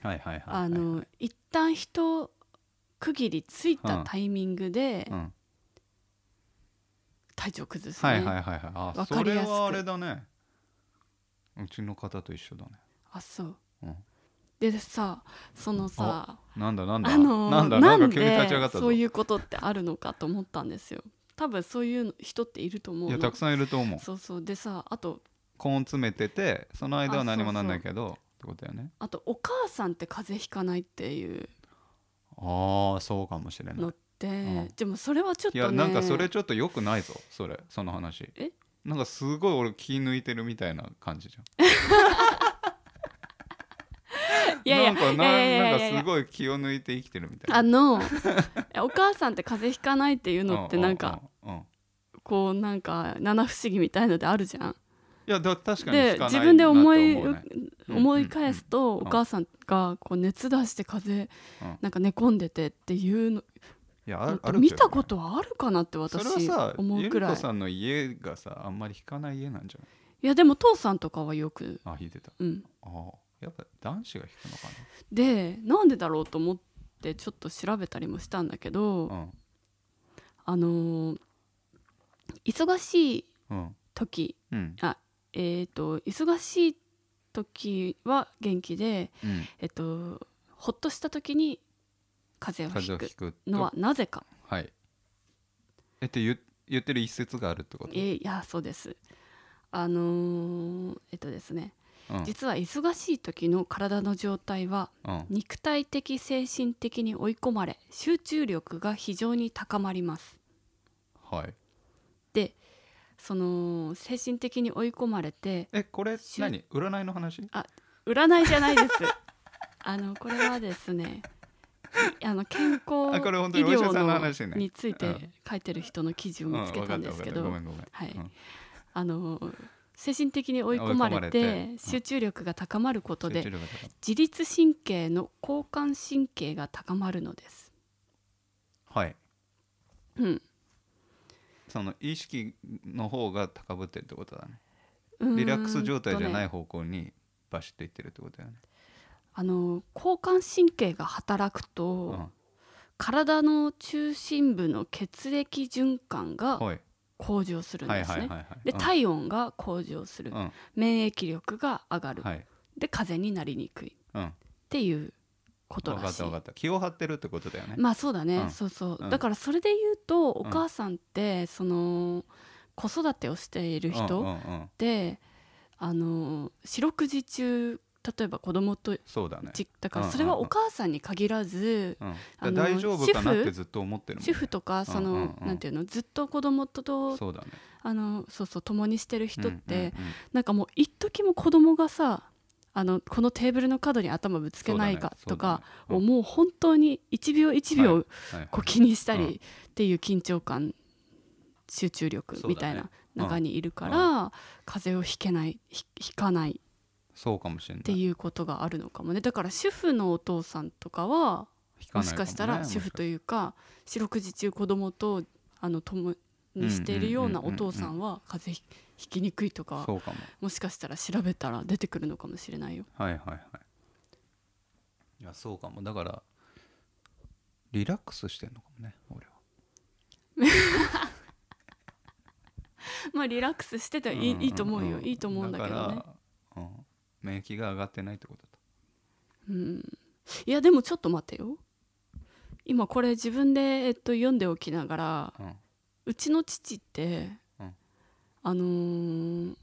S1: はいはいはい、はい、
S2: あのー一旦一区切りついたタイミングで
S1: うん、
S2: 体調崩すね、
S1: はいはいはいはいあ
S2: わ
S1: そ
S2: かり
S1: れ
S2: やすく
S1: はあれだねうちの方と一緒だね
S2: あそう、
S1: うん
S2: でさそのさ
S1: なんだなんだ、
S2: あのー
S1: なんだな
S2: な
S1: んんか急に立ち上が
S2: で
S1: った
S2: そ
S1: ぞ
S2: う
S1: い
S2: いうことってあるのかと思ったんですよ多分そういうの人っていると思う
S1: や
S2: の
S1: たくさんいると思う
S2: そうそうでさあと
S1: コーン詰めててその間は何も
S2: あそうそう
S1: なんないけどってことだよね
S2: あとお母さんって風邪ひかないっていう
S1: ああそうかもしれない
S2: のって、
S1: ん
S2: でもそれはちょっ
S1: い
S2: とね
S1: やなんか それちょっと良くないぞそれその話
S2: え
S1: なんかすごい俺気抜いてるみたいな感じじゃん
S2: いやいや
S1: なんか
S2: い
S1: な
S2: やいやいやい
S1: な
S2: や
S1: んかすごい気を抜いて生きてるみたいな
S2: あの お母さんって風邪ひかないっていうのってなんか
S1: うんうんうんうん
S2: こうなんか七不思議みたいのであるじゃん。
S1: いやだ確かに
S2: で
S1: 引かない
S2: 自分で思い
S1: なって思うねうん
S2: 思い返すと
S1: ん
S2: お母さんがこう熱出して風
S1: うん
S2: 邪なんか寝込んでてっていうの
S1: いやあ
S2: なん
S1: る
S2: か
S1: あるけどね
S2: 見たことはあるかなって
S1: それは
S2: 私
S1: さ
S2: 思うくら
S1: ゆり
S2: い
S1: 子。さんの家がさあんまり引かない家なんじゃ
S2: いやでも父さんとかはよく、
S1: ないあ引いてた
S2: うん、
S1: ああやっぱ男子が引くのか
S2: でなんでだろうと思ってちょっと調べたりもしたんだけど、
S1: な
S2: あのー忙しい
S1: うんうん
S2: 時
S1: うん
S2: えー、と忙しい時は元気で、
S1: うん
S2: えっと、ほっとした時に風
S1: 風邪
S2: 邪を
S1: を
S2: ひ
S1: 引
S2: く
S1: くと
S2: のはなぜか、
S1: はいえって言言ってる一節があるってこと
S2: えーいやそうですあのーえっとですね
S1: うん
S2: 実は忙しい時の体の状態は
S1: うん
S2: 肉体的精神的に追い込まれ集中力が非常に高まります
S1: はい
S2: でその精神的に追い込まれて
S1: えこれ
S2: しゅ
S1: 何占いの話
S2: 占いじゃな いです。あのこれはですね、あの健康医
S1: あこれ本当にお医者
S2: 療
S1: さんの話ね
S2: のについて
S1: うん
S2: 書いてる人の記事を
S1: うん
S2: 見
S1: わ
S2: つ
S1: か
S2: け
S1: った
S2: んで
S1: わ
S2: す
S1: かっ
S2: け
S1: たごめ
S2: ど、
S1: んごめん
S2: はい
S1: うん
S2: あの精神的に追い込まれ
S1: 追い込まれて
S2: て
S1: うん
S2: 集中力が高まること
S1: 集
S2: で
S1: 中力が高い
S2: 自律神経の交感神経が高まるのです。
S1: はい
S2: うん
S1: その意識の方が高ぶってるってことだね
S2: うーんとね
S1: リラックス状態じゃない方向にバシッといってるってことだよね
S2: あの交感神経が働くと、
S1: う
S2: 体の中心部の血液循環が
S1: んはい
S2: 向上するん
S1: はい
S2: ですね、
S1: はいはいはい
S2: で
S1: うん
S2: 体温が向上する、
S1: うん
S2: 免疫力が上がる、
S1: はい
S2: で風邪になりにくいっ
S1: うん
S2: ていうこと
S1: 分からっ
S2: した
S1: 分か
S2: い
S1: った気を張ってるってことだよね
S2: まあそうだね、
S1: うん
S2: そうそう、
S1: うん
S2: だからそれで言うとお
S1: ん
S2: 母さんってその子育てをしている人、
S1: うんうんうん
S2: であの四六時中例えば子供と
S1: そうだね
S2: じだからそれはお母さんに限らず、
S1: うんだか
S2: あ
S1: ら
S2: の
S1: 大丈夫かなっ
S2: 主婦
S1: てずっと思ってるもんね
S2: 主婦とかその、
S1: うんうんうん
S2: なんていうのずっと子供と
S1: そうだね
S2: あのそうそう共にしてる人って、
S1: うんうんうん
S2: なんかもう一時も子供がさあのこのテーブルの角に頭ぶつけないか
S1: そうだね
S2: とか、
S1: そうだね
S2: もう本当に1秒1秒、
S1: はいはい
S2: こう気にした
S1: うん
S2: りっていう緊張感集中力みたいな
S1: そう
S2: 中にいるから、風邪をひけないひひかない
S1: そうかもしれな
S2: っ
S1: い
S2: て
S1: う
S2: いうことがあるのかもねだから主婦のお父さんとかはもしかしたら主婦と
S1: いう
S2: いうか四六時中子供とあの共にしているようなお父さんは風邪ひひきにくいとか
S1: そうかも
S2: もしかしたら調べたら出てくるのかもしれないよ。
S1: はいはいはいいやそうかもだからリラックスしてんのかもね俺は
S2: まあリラックスしてていい,、
S1: ん
S2: いいと思うよいいと思うんだけどね。
S1: から、うん、免疫が上がってないってことだ
S2: うん、いやでもちょっと待てよ今これ自分で、えっと、読んでおきながら
S1: うん
S2: うちの父って、
S1: うん
S2: あのー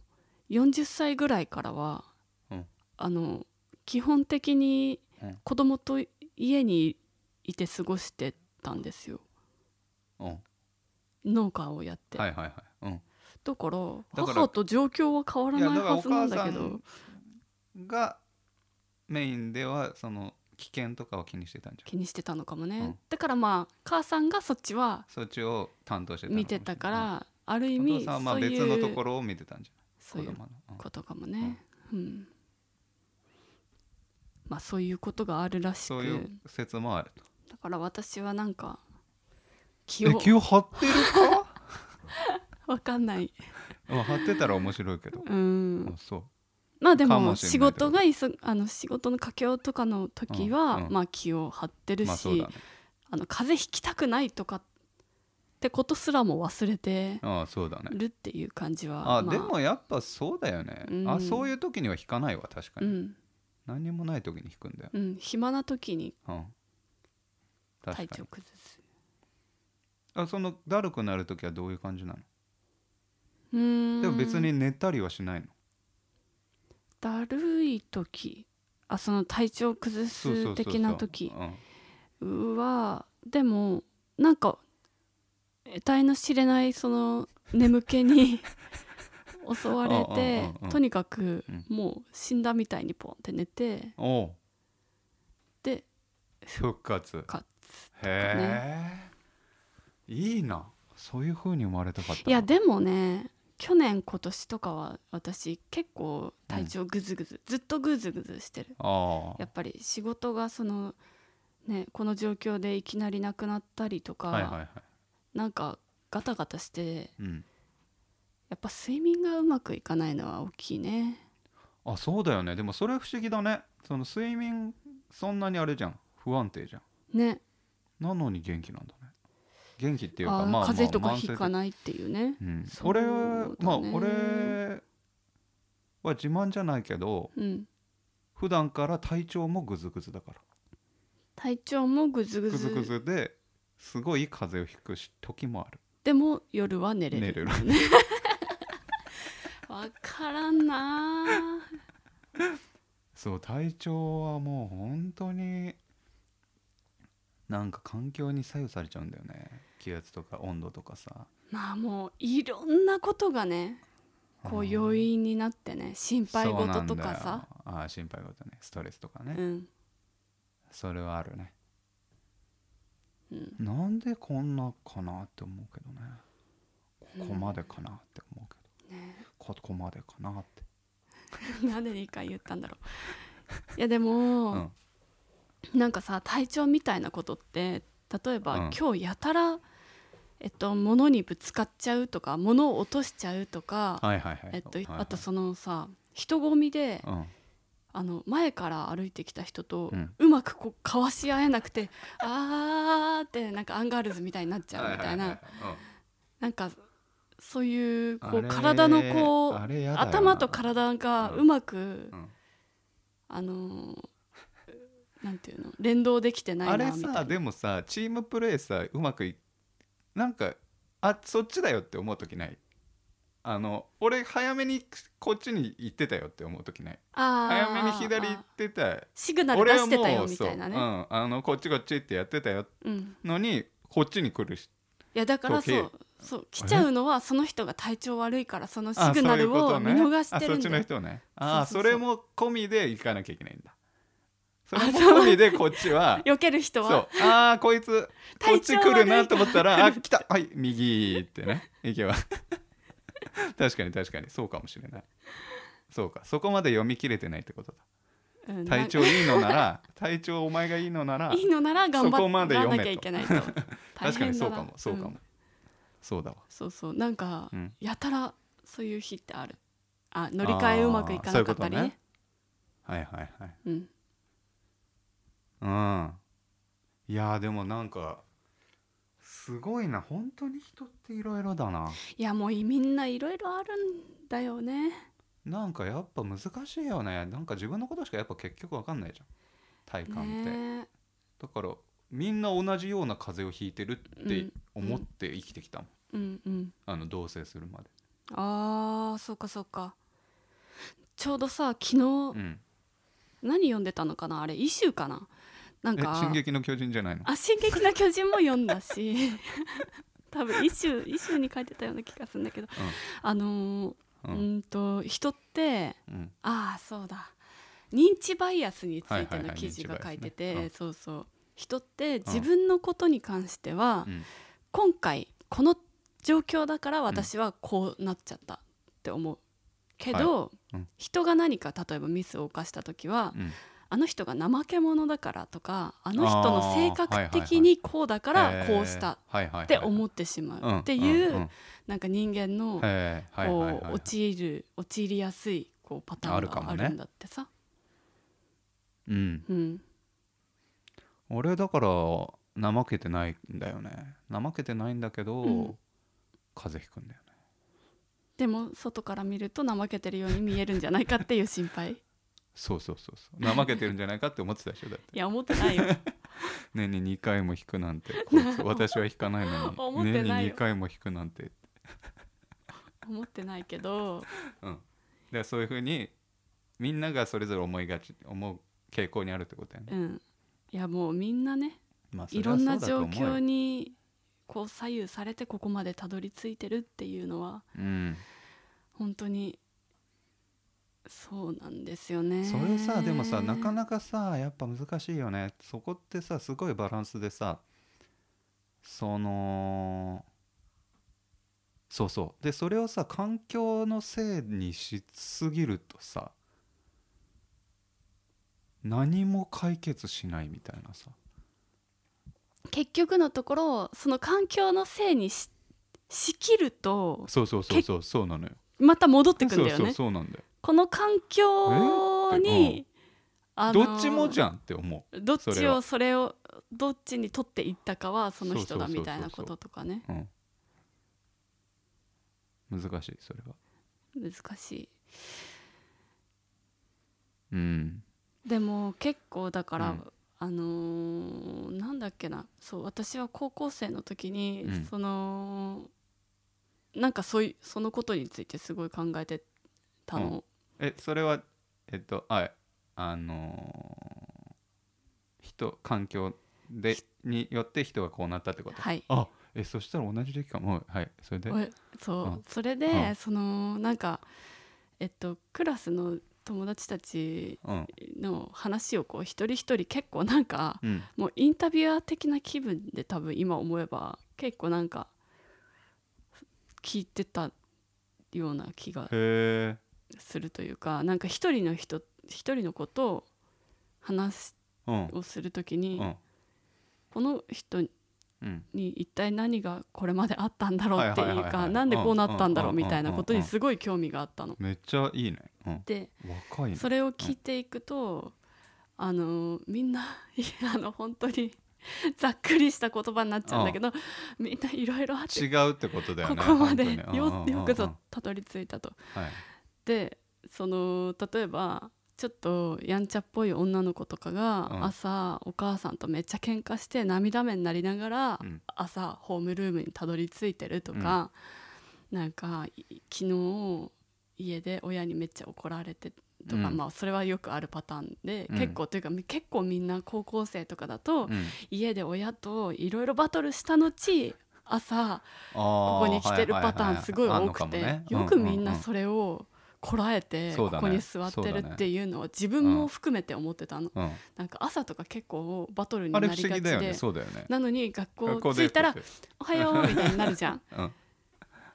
S2: 40歳ぐらいからは、
S1: うん
S2: あの基本的に
S1: うん
S2: 子供と家にいて過ごしてたんですよ
S1: うん、
S2: 農家をやって、
S1: はいはいはい、うん、
S2: だから
S1: ら
S2: 母と状況は変わらない
S1: いやだから
S2: はずなんだけ
S1: お
S2: ど
S1: 母がメインではその危険とかを気にしてたんじゃん
S2: 気にしてたのかもね、
S1: うん
S2: だからまあ母さんがそっちは
S1: そっちを担当してたの
S2: 見
S1: もしれ
S2: て
S1: ない
S2: たから、ある
S1: う
S2: 意
S1: んお
S2: 味
S1: 父さんはまあ
S2: そうい
S1: 別
S2: う
S1: のところを見てたんじゃ
S2: そ
S1: な
S2: う
S1: い
S2: い
S1: 子
S2: う
S1: 供の、うん
S2: ことかもね、うんまあそういうことがあるらし
S1: そう
S2: く
S1: いう説もあると
S2: だから私はなんか気
S1: え
S2: を
S1: 気を張ってるか
S2: わかんない
S1: まあ張ってたら面白いけど、
S2: う
S1: あ
S2: ん
S1: そう
S2: まあで
S1: か
S2: も
S1: もし
S2: 仕
S1: れないってこと
S2: 事がいそあの仕事の佳境とかの時は、
S1: うんうん
S2: まあ気を張ってるし、
S1: まあそうだね
S2: あの風邪ひきたくないとかってことすらも忘れて
S1: ああそうだね
S2: るっていう感じは
S1: あ
S2: ま
S1: でもやっぱそうだよね、
S2: うん
S1: あそういう時には引かないわ確か
S2: う
S1: に、
S2: ん
S1: 何にもない時に引くんだよ、
S2: うん暇な時に
S1: うん、確
S2: 体
S1: かに
S2: 調崩す
S1: あそのだるくなる時はどういう感じなの
S2: うーん
S1: でも別に寝たりはしないの
S2: だるい時あその体調崩
S1: そうそうそうそ
S2: す
S1: う
S2: 的な時
S1: うん
S2: はでもなんか得体の知れないその眠 気に襲われ
S1: うんう
S2: て
S1: んうんうん
S2: とにかく
S1: うん
S2: もう死んだみたいにポンって寝て
S1: おう
S2: で
S1: 復活
S2: か
S1: へえ、いいなそういう風に生まれたかったない
S2: やでもね去年今年とかは私結構体調グズグズ、ずっとグズグズしてる
S1: あ
S2: やっぱり仕事がそのねこの状況でいきなりなくなったりとか、
S1: あはいはいはい
S2: なんかガタガタして
S1: うん
S2: やっぱ睡眠がうまくいかないのは大きいね
S1: あそうだよねでもそれ不思議だねその睡眠そんなにあれじゃん不安定じゃん
S2: ね
S1: なのに元気なんだね元気っていうか
S2: あー
S1: まあ
S2: 風邪と
S1: ま
S2: か
S1: あ慢性
S2: ひ
S1: 的
S2: かないっていうね
S1: うん
S2: そう
S1: 俺
S2: だ
S1: は
S2: ね
S1: まあ俺は自慢じゃないけど
S2: うん
S1: 普段から体調もグズグズだから
S2: 体調もぐずぐ
S1: グズ
S2: ず
S1: グズですごい風邪をひくし時もある
S2: でも夜は寝れ
S1: 寝れ
S2: る
S1: る
S2: わからんな
S1: そう体調はもう本当になんか環境に左右されちゃうんだよね気圧とか温度とかさ
S2: まあもういろんなことがねこう要因になってね心配事とかさ
S1: そうなんだよあー心配事ねストレスとか
S2: う
S1: ね、
S2: ん
S1: それはあるね
S2: うん
S1: なんでこんなかなって思うけどねここまでかなって思うけど、
S2: ね
S1: ここまでかなって、
S2: なんで2回言ったんだろういやでも、
S1: うん
S2: なんかさ体調みたいなことって例えば、
S1: うん
S2: 今日やたらえっと、物にぶつかっちゃうとか物を落としちゃうとか、
S1: はいはいはい
S2: えっと
S1: はいはい
S2: あとそのさ人混みで
S1: うん
S2: あの前から歩いてきた人と
S1: うん
S2: うまくこう交わし合えなくて「あー」ってなんかアンガールズみたいになっちゃうみたいななんかそういうこ
S1: あ
S2: う
S1: れ
S2: 体のこ
S1: あ
S2: う
S1: れやだよな
S2: 頭と体が
S1: うん
S2: うまく、
S1: うん
S2: あのーなんていうの連動できてな
S1: あ
S2: い
S1: れ
S2: なみた
S1: さ
S2: いな
S1: でもさチームプレーさうまくいなんかあそっちだよって思う時ないあの俺早めにこっちに行ってたよって思う時ない
S2: あー
S1: 早めに左行ってた
S2: シグナル出
S1: 俺は
S2: してた
S1: も
S2: よ
S1: う
S2: み
S1: そう、
S2: た
S1: う
S2: い
S1: ん、
S2: なね
S1: あのこっちこっちってやってたよ
S2: うん
S1: のにこっちに来るし
S2: いやだからそ
S1: 時計
S2: うそう来ちゃうのはその人が体調悪いからそのシ
S1: あ
S2: グナル
S1: そうい
S2: を
S1: うこと
S2: 見
S1: ね
S2: 逃し
S1: あ
S2: てる
S1: そ
S2: ん
S1: っ
S2: だ
S1: ち
S2: よ
S1: の人ねあ
S2: そ
S1: そう
S2: そうそう
S1: れも込みで行かなきゃいけないんだそれも
S2: あそう
S1: 込みでこっちは
S2: 避ける人
S1: そ
S2: は
S1: うあーこいつこっ
S2: 体調
S1: ち
S2: 悪い
S1: 来るなと思ったらあ来たはい右ってね行けば 確かに確かにそうかもしれないそうかそこまで読み切れてないってことだ
S2: うん
S1: 体調いいのなら体調お前がいいのなら
S2: いいのなら
S1: そ
S2: 頑
S1: こまで
S2: 張ら
S1: 読めと
S2: なきゃいけないと 大
S1: 確かに
S2: 変
S1: そ
S2: だ
S1: う
S2: な
S1: かもそうかも、
S2: ん
S1: そうだわ
S2: そうそうなんか、
S1: うん
S2: やたらそういう日ってあるあ乗り換えうまくいかなかったりね
S1: あーそういうはいはいはい
S2: うん
S1: うんいやーでもなんかすごいな本当に人っていろいろだない
S2: やもうみんないろいろあるんだよね
S1: なんかやっぱ難しいよねなんか自分のことしかやっぱ結局わかんないじゃん体感って、
S2: ね
S1: だからみんな同じような風邪をひいてるって思って生きてきたもん、
S2: うんうん
S1: あの同棲するまで、
S2: あーそうかそうかちょうどさ昨日
S1: うん、
S2: 何読んでたのかなあれ「イシュー」かななん
S1: え
S2: か
S1: 進撃の巨人じゃないの
S2: あ進撃の巨人も読んだし 多分イシューイシューに書いてたような気がするんだけど、あのー
S1: う
S2: うんんと人って
S1: うん
S2: ああそうだ認知バイアスにつ
S1: はい
S2: い
S1: は
S2: て
S1: いはい
S2: の記事が書いてて、
S1: 認知バイアスね
S2: そうそう人って自分のことに関しては、
S1: うん
S2: 今回この状況だから私はこうなっちゃったって思うけど、
S1: いうん
S2: 人が何か例えばミスを犯した時は、
S1: うん
S2: あの人が怠け者だからとかあの人
S1: あ
S2: の
S1: ー
S2: 性
S1: はい
S2: 格
S1: はいはい
S2: 的にこうだからこうした
S1: っ
S2: って思
S1: っ
S2: ってしまうっていう、
S1: んん
S2: なんか人間の、
S1: へーはいはい
S2: こ
S1: は
S2: う
S1: い
S2: 陥る陥りやすいこうパター
S1: あ
S2: ン
S1: るか
S2: が
S1: も
S2: あ
S1: ね
S2: るんだってさ、
S1: うん、
S2: うん、
S1: 俺だから怠けてないんだよね怠けてないんだけど、
S2: うん
S1: 風邪ひくんだよね
S2: でも外から見ると怠けてるように見えるんじゃないかっていう心配い
S1: そうそうそうそう怠けてるんじゃないかって思ってたでしょだっ て
S2: や思ってないよ
S1: 年に2回も引くなん てこいつ私は引かない
S2: 思
S1: の
S2: っ
S1: に
S2: て
S1: 年に
S2: ないよ
S1: 2回も引くなんて
S2: 思ってないけど
S1: うん、でそういうふうにみんながそれぞれ思いがち思う傾向にあるってことやね
S2: う、んいやもうみんなね
S1: まあそ
S2: い
S1: れ
S2: ろ
S1: は
S2: ん
S1: そう
S2: な
S1: だと
S2: 状
S1: 思うよ
S2: 況にこう左右されてここまでたどり着いてるっていうのは
S1: うん、
S2: 本当にそうなんですよね
S1: それさでもさなかなかさやっぱ難しいよねそこってさすごいバランスでさそのそうそうでそれをさ環境のせいにしすぎるとさ何も解決しないみたいなさ
S2: 結局のところその環境のせいにししきると
S1: そうそうそうそうそうなのよ
S2: また戻ってくん
S1: そう
S2: だよ
S1: そう
S2: ね
S1: そうなんだよ
S2: この環境に、あの
S1: どっちもじゃんって思う、
S2: どっ
S1: そ
S2: ち
S1: れ
S2: を
S1: は
S2: それをどっちに取っていったかはその人
S1: そ
S2: だ
S1: うそ
S2: み
S1: うそうそうそう
S2: たいなこととかね
S1: うん、難しいそれは
S2: 難しい
S1: うん
S2: でも結構だから、
S1: うん
S2: あのーなんだっけなそう私は高校生の時に、
S1: うん
S2: そのなんかそういうそのことについてすごい考えてたの、
S1: えそれはえっとああのー人環境でによって人がこうなったってこと、
S2: はい
S1: あえそしたら同じ時期かもはいそれで
S2: おいそう、
S1: うん
S2: それで、
S1: うん
S2: そのなんかえっとクラスの友達たち
S1: うん
S2: の話をこう一人一人結構なんか
S1: うん
S2: もうインタビュアー的な気分で多分今思えば結構なんか聞いてたような気が
S1: へえ
S2: するというかなんか一人の人一人のことを話
S1: うん
S2: をするときに、
S1: うん
S2: この人
S1: うん
S2: に一体何がこれまであったんだろうって
S1: はい
S2: い
S1: はい
S2: う
S1: はいは
S2: か
S1: い
S2: なんでこうなったんだろう
S1: うんうん
S2: みたいなこと
S1: うん
S2: に
S1: うんうん
S2: すごい興味があったの。
S1: めっちゃいいね、うん、
S2: で
S1: 若いね
S2: それを聞いていくとあのみんな あの本当に ざっくりした言葉になっちゃうんだけどみんないろいろあって
S1: 違うってことだよ
S2: こ
S1: ね
S2: こまで
S1: 本当にうんうんう
S2: よ
S1: ん
S2: よくぞたどり着いたと。
S1: はい
S2: でその例えばちょっとやんちゃっぽい女の子とか
S1: う
S2: が
S1: ん
S2: 朝、お母さんとめっちゃ喧嘩して涙目になりながら、
S1: うん
S2: 朝ホームルームにたどり着いてるとか、なんかい昨日家で親にめっちゃ怒られてとか、
S1: うん
S2: まあそれはよくあるパターンで、
S1: うん
S2: 結構というか結構みんな高校生とかだと、
S1: うん
S2: 家で親といろいろバトルした後朝こ
S1: こ
S2: こに来てるパターンすごい多くてよくみんな
S1: れ
S2: それをこらえて
S1: そ
S2: こ
S1: うだね
S2: こに座ってるっていうのは自分も含めて思ってたの
S1: うん
S2: なんか朝とか結構バトルに
S1: あ
S2: なり
S1: れ
S2: が
S1: 不思議
S2: ち
S1: だよね
S2: で
S1: そうだよね
S2: なのに学
S1: 学校
S2: 校着
S1: で
S2: いたら
S1: こうやっ。
S2: 「おはよう」みたいになるじゃん
S1: てうん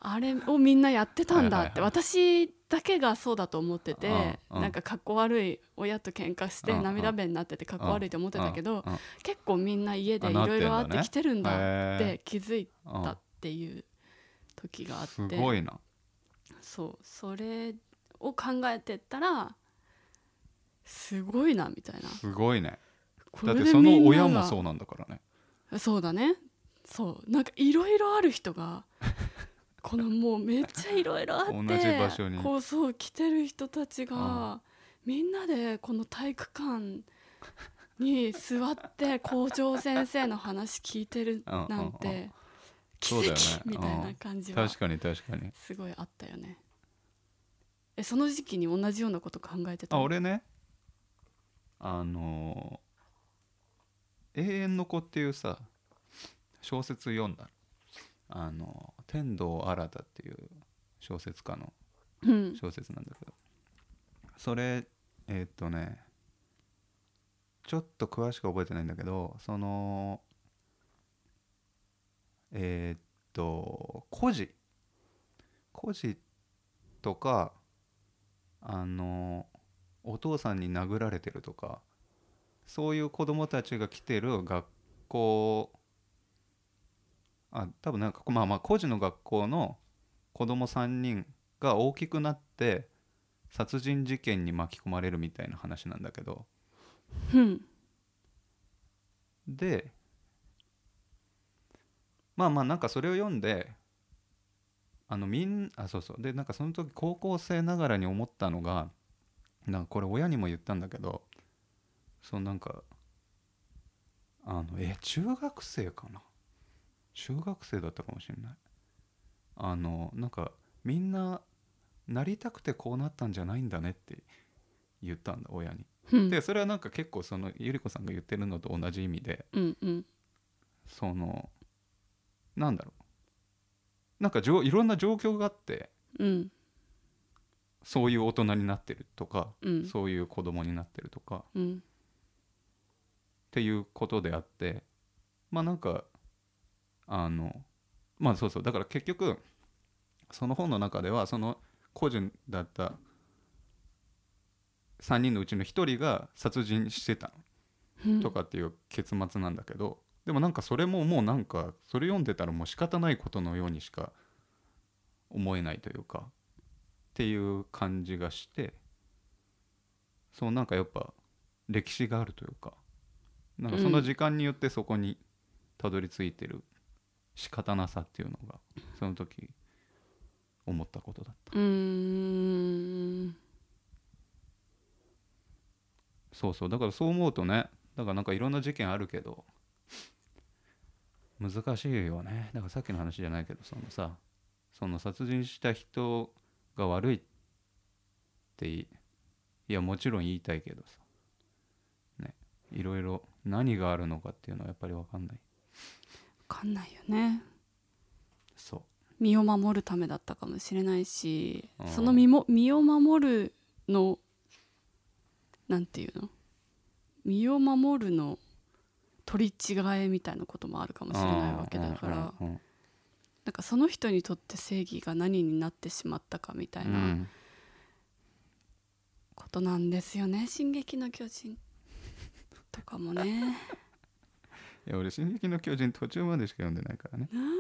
S2: あれをみんなやってたんだっ
S1: は
S2: て
S1: いはい
S2: 私だけがそうだと思ってて
S1: うんうん
S2: なんかかっこ悪い親と喧嘩して
S1: うんうん
S2: 涙目になっててかっこ悪いと思ってたけど
S1: うんうん
S2: 結構みんな家でいろいろあってきてるんだっ
S1: へ
S2: て気づい
S1: ーうん
S2: たっていう時があって。
S1: すごいな
S2: そうそれを考えてったらすごいなみたいな
S1: すごいね
S2: こ
S1: だ
S2: れ
S1: って
S2: で
S1: そ
S2: み
S1: の
S2: ん
S1: 親
S2: な
S1: も
S2: が
S1: そうなんだからね
S2: そうだねそうなんかいろいろある人が このもうめっちゃいろいろあって
S1: 同じ場所に
S2: こうそう来てる人たち
S1: あ
S2: がみんなでこの体育館に 座って校長先生の話聞いてるなん
S1: うんうんう
S2: て奇
S1: そうだ
S2: 跡
S1: よね
S2: みたい
S1: うん
S2: な感じは
S1: 確かに確かに
S2: すごいあったよねえその時期に同じようなこと考えてた
S1: あ俺ねあのー永遠の子」っていうさ小説読んだあの天童新っていう小説家の
S2: うん
S1: 小説なんだけどそれえーっとねちょっと詳しく覚えてないんだけどそのえーっと孤児孤児とかあのお父さんに殴られてるとかそういう子供たちが来てる学校あ多分なんかまあまあ孤児の学校の子供3人が大きくなって殺人事件に巻き込まれるみたいな話なんだけど
S2: うん
S1: でまあまあなんかそれを読んであのみんあそうそうでなんかその時高校生ながらに思ったのがなんかこれ親にも言ったんだけどそうなんかあのえ中学生かな中学生だったかもしれないあのなんかみんななりたくてこうなったんじゃないんだねって言ったんだ親に
S2: うん
S1: でそれはなんか結構そのゆり子さんが言ってるのと同じ意味で
S2: うんうん
S1: そのなんだろうなんかじょいろんな状況があって
S2: うん
S1: そういう大人になってるとか、
S2: うん
S1: そういう子供になってるとかっ
S2: うん
S1: ていうことであってまあなんかあのまあそうそうだから結局その本の中ではその個人だった3人のうちの1人が殺人してたの
S2: うん
S1: とかっていう結末なんだけど、でもなんかそれももうなんかそれ読んでたらもう仕方ないことのようにしか思えないというかっていう感じがしてそうなんかやっぱ歴史があるというかなんかその時間によってそこにたどり着いてる仕方なさっていうのがその時思ったことだった
S2: うーん
S1: そうそうだからそう思うとねだからなんかいろんな事件あるけど難しいよねだからさっきの話じゃないけどそのさその殺人した人が悪いっていいやもちろん言いたいけどさねいろいろ何があるのかっていうのはやっぱり分かんない
S2: 分かんないよね
S1: そう
S2: 身を守るためだったかもしれないし
S1: うん
S2: その身も身を守るのなんていうの身を守るの取り違えみたいなこともあるかもしれないわけだから、
S1: うんうん
S2: なんかその人にとって正義が何になってしまったかみたい
S1: うんう
S2: なんこと なんですよね「進撃の巨人」とかもね
S1: いや俺「進撃の巨人」途中までしか読んでないからね
S2: いや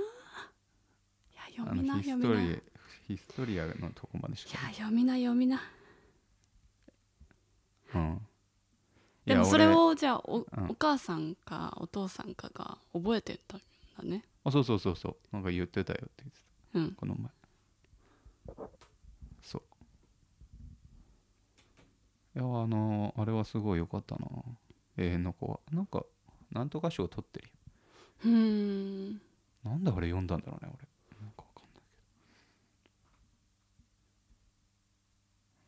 S1: あ
S2: 読みな
S1: のヒスト
S2: 読みな。い
S1: リヒストリアのとこまでし
S2: や
S1: か
S2: 読みな読みな。
S1: うんい
S2: で
S1: や
S2: もそれ
S1: 俺
S2: をじゃあ
S1: う
S2: お,、
S1: ん
S2: お母さんかお父さんかが覚えてたんだね。
S1: あそうそうそうそうなんか言ってたよって言って
S2: うん
S1: た。この前そういやあのあれはすごい良かったな永遠の子はなんかなんとか賞取ってるよ
S2: うーん。
S1: なんであれ読んだんだろうね俺なんかわか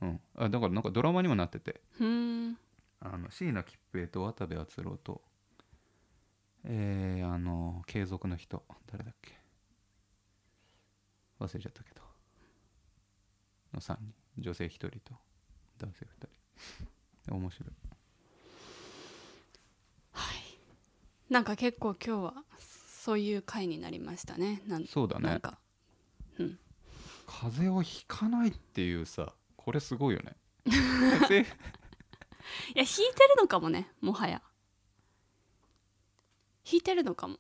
S1: んないけどうんあだからなんかドラマにもなってて
S2: うーん。
S1: あの椎名桔平と渡部篤郎とえー、あの継続の人誰だっけ忘れちゃったけどの3人女性1人と男性2人面白い
S2: なんか結構今日はそういう回になりましたね。なん
S1: そうだ
S2: なん
S1: ね
S2: か
S1: 風邪をひかないっていうさこれすごい よね風邪
S2: いや弾いてるのかもねもはや弾いてるのかも。
S1: い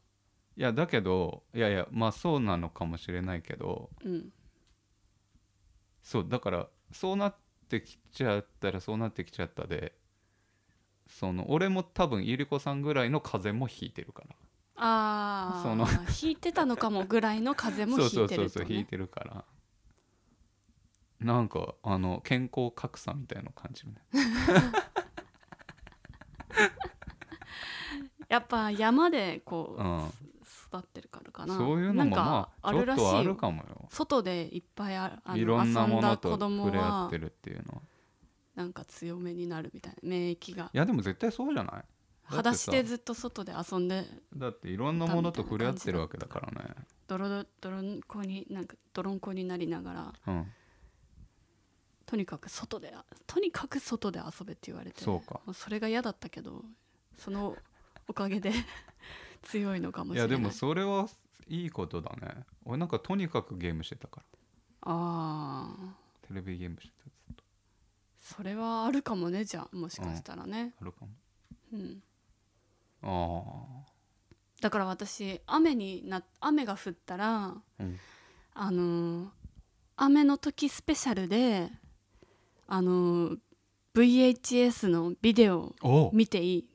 S1: やだけどいやいやまあそうなのかもしれないけど
S2: うん。
S1: そうだからそうなってきちゃったらそうなってきちゃったでその俺も多分ゆり子さんぐらいの風邪もひいてるから
S2: ああ
S1: その
S2: 弾いてたのかもぐらいの風も
S1: そ
S2: 弾
S1: うそ
S2: いうて
S1: そう
S2: ると、
S1: そう
S2: ね。
S1: ひいてるからなんかあの健康格差みたいの感じるね
S2: やっぱ山でこう、
S1: うん
S2: 育ってるからかな。
S1: そういうの
S2: なん
S1: も
S2: か
S1: まあ
S2: あ
S1: ちょ
S2: る
S1: っ
S2: らしい
S1: とあ
S2: よ
S1: るかもよ
S2: 外でいっぱいああの
S1: いろんなものと
S2: 遊んだ子供
S1: 触れ合っ
S2: は
S1: てるっていうのは
S2: なんか強めになるみたいな免疫が
S1: いやでも絶対そうじゃないさ
S2: 裸足でずっと外で遊んで
S1: だっていろんなものと触れ合ってるわけだからね
S2: 泥ど泥んこになんか泥んこになりながら
S1: うん
S2: とにかく外でとにかく外で遊べって言われて
S1: そうか
S2: もうそれが嫌だったけどそのおかげで 強いのかも
S1: い
S2: しれな
S1: や
S2: い
S1: でもそれはいいことだね俺なんかとにかくゲームしてたから
S2: ああ
S1: テレビゲームしてたやつと
S2: それはあるかもねじゃあもしかしたらね、
S1: あるかも
S2: うん、
S1: あ
S2: だから私雨にな雨が降ったら
S1: あ、うん、
S2: あのー雨の時スペシャルであのー VHS のビデオを
S1: お
S2: 見ていい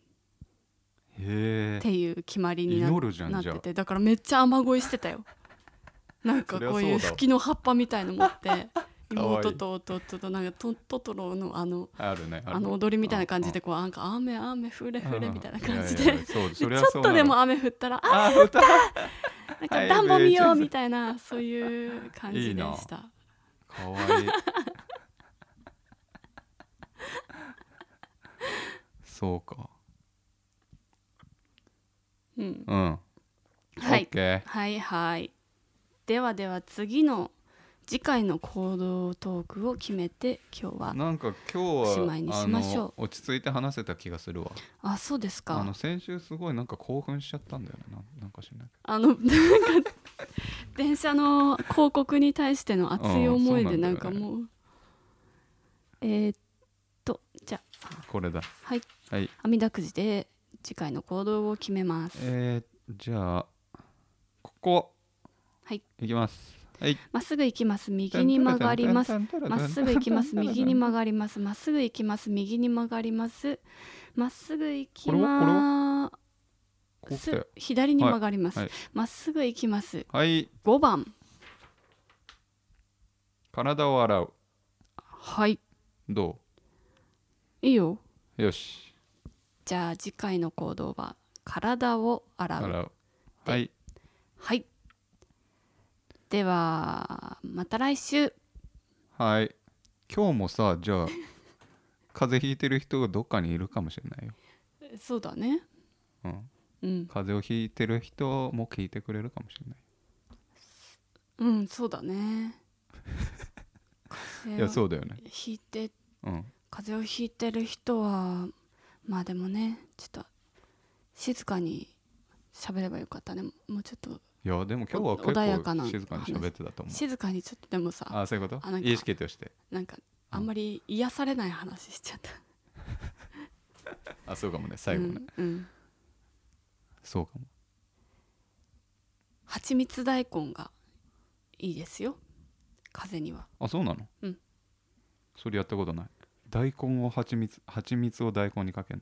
S1: へ
S2: っ
S1: え
S2: ていう決まりにな
S1: 祈るじゃ
S2: なんっ
S1: じゃ
S2: て
S1: あ
S2: てだからめっちゃ雨乞いして たよなんか
S1: そりゃ
S2: こういう
S1: そうだわ
S2: 吹きの葉っぱみたいの持って
S1: かわいい
S2: 妹と弟となんかトトトロのあの
S1: あるね
S2: あの
S1: る
S2: 踊りみたいな感じでこうなんか雨雨降れ
S1: うん
S2: 降れみたいな感じ
S1: いやい
S2: で
S1: やいやそう
S2: ち
S1: そ
S2: ょ
S1: れ
S2: っ
S1: はそうな
S2: と
S1: の
S2: でも雨降ったらあ
S1: あ歌か
S2: なん
S1: は
S2: か
S1: い
S2: 暖房見よ
S1: VHS
S2: うみたいなそういう感じでした。
S1: わいいそうか
S2: うん
S1: うん、
S2: は
S1: オ
S2: い
S1: ッケー
S2: はいはいではでは次の次回の行動トークを決めて今日は
S1: なんか今
S2: おし
S1: 日は
S2: まいにしまし
S1: あ
S2: ょう
S1: の落ち着いて話せた気がするわ
S2: あそうですか
S1: あ
S2: あ
S1: の
S2: の
S1: 先週すごいなんか興奮しちゃったんだよねなんなんか知らないけど
S2: なんか電車の広告に対しての熱い思いで
S1: うん
S2: な
S1: そうんなんだ
S2: か
S1: よね
S2: もうえーっとじゃあ
S1: これだ
S2: はい
S1: はい
S2: 網だくじで次回の行動を決めます
S1: えー、じゃあここ
S2: はい
S1: きますはい
S2: まっすぐ行きます右に曲がりますまっすぐ行きます。右に曲がります。まっすぐ行きます。右に曲がります。まっすぐ行きま
S1: これはこれはこう来
S2: す
S1: たよ。
S2: 左に曲がります
S1: はいはい。
S2: まっすぐ行きます。
S1: はい
S2: 5番。
S1: 体を洗う
S2: はい。
S1: ど
S2: いいよ。
S1: うよし
S2: じゃあ次回の行動は体を洗う。
S1: 洗うはい
S2: はい。ではまた来週。
S1: はい今日もさじゃあ風邪ひいてる人がどっかにいるかもしれないよ、
S2: そうだね。
S1: うん、
S2: うん。
S1: 風邪をひいてる人も聞いてくれるかもしれない
S2: うん、そうだね。
S1: い
S2: 風
S1: や
S2: 邪を
S1: そうだよね
S2: ひいて
S1: うん
S2: 風邪をひいてる人はまあでもねちょっと静かに喋ればよかったねもうちょっと
S1: いやでも今日は結
S2: 穏やかな
S1: 構静かに喋ってたと思う
S2: 静かにちょっとでもさ
S1: あそういうこ
S2: あ
S1: と
S2: なんか
S1: 意識として
S2: なんかあんまり癒されない話しちゃった
S1: あそうかもね最後ね、
S2: うん、うん
S1: そうかも
S2: 蜂蜜大根がいいですよ風邪には
S1: あそうなの
S2: うん
S1: それやったことない大根を蜂蜜蜂蜜を大根にかける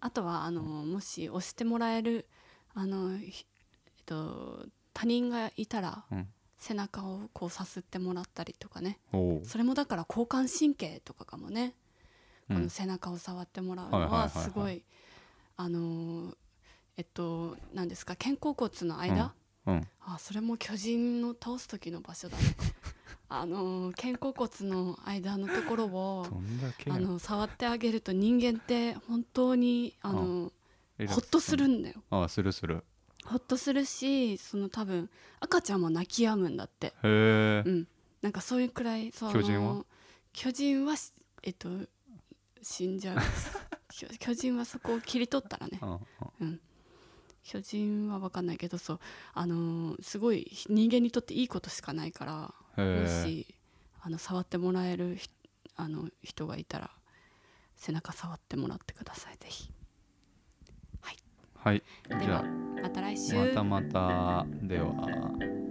S2: あとはあのもし押してもらえるあのひえっと他人がいたら
S1: うん
S2: 背中をこうさすってもらったりとかね
S1: のおお
S2: それもだから交感神経とかかもね、
S1: う
S2: こ
S1: ん
S2: の背中を触ってもらうの
S1: はいはいは
S2: はい
S1: はい
S2: すごいあのーえっと何ですか肩甲骨の間、
S1: うん
S2: あそれも巨人の倒す時の場所だ あのー肩甲骨の間のところを
S1: どんだけ
S2: あの触ってあげると人間って本当にあの
S1: リラックス
S2: ほっとするんだよ
S1: あするする
S2: ほっとするしその多分赤ちゃんも泣き止むんだって
S1: へえ
S2: うん、なんかそういうくらいその
S1: 巨人は
S2: 巨人はしえっと死んじゃう 巨巨人はそこを切り取ったらね
S1: うんうん
S2: 巨人は分かんないけどそうあのーすごい人間にとっていいことしかないから、も
S1: へえ
S2: しあの触ってもらえるひあの人がいたら背中触ってもらってくださいぜひ
S1: はい
S2: で
S1: じ
S2: は
S1: ゃ
S2: また来週
S1: あまたまたでは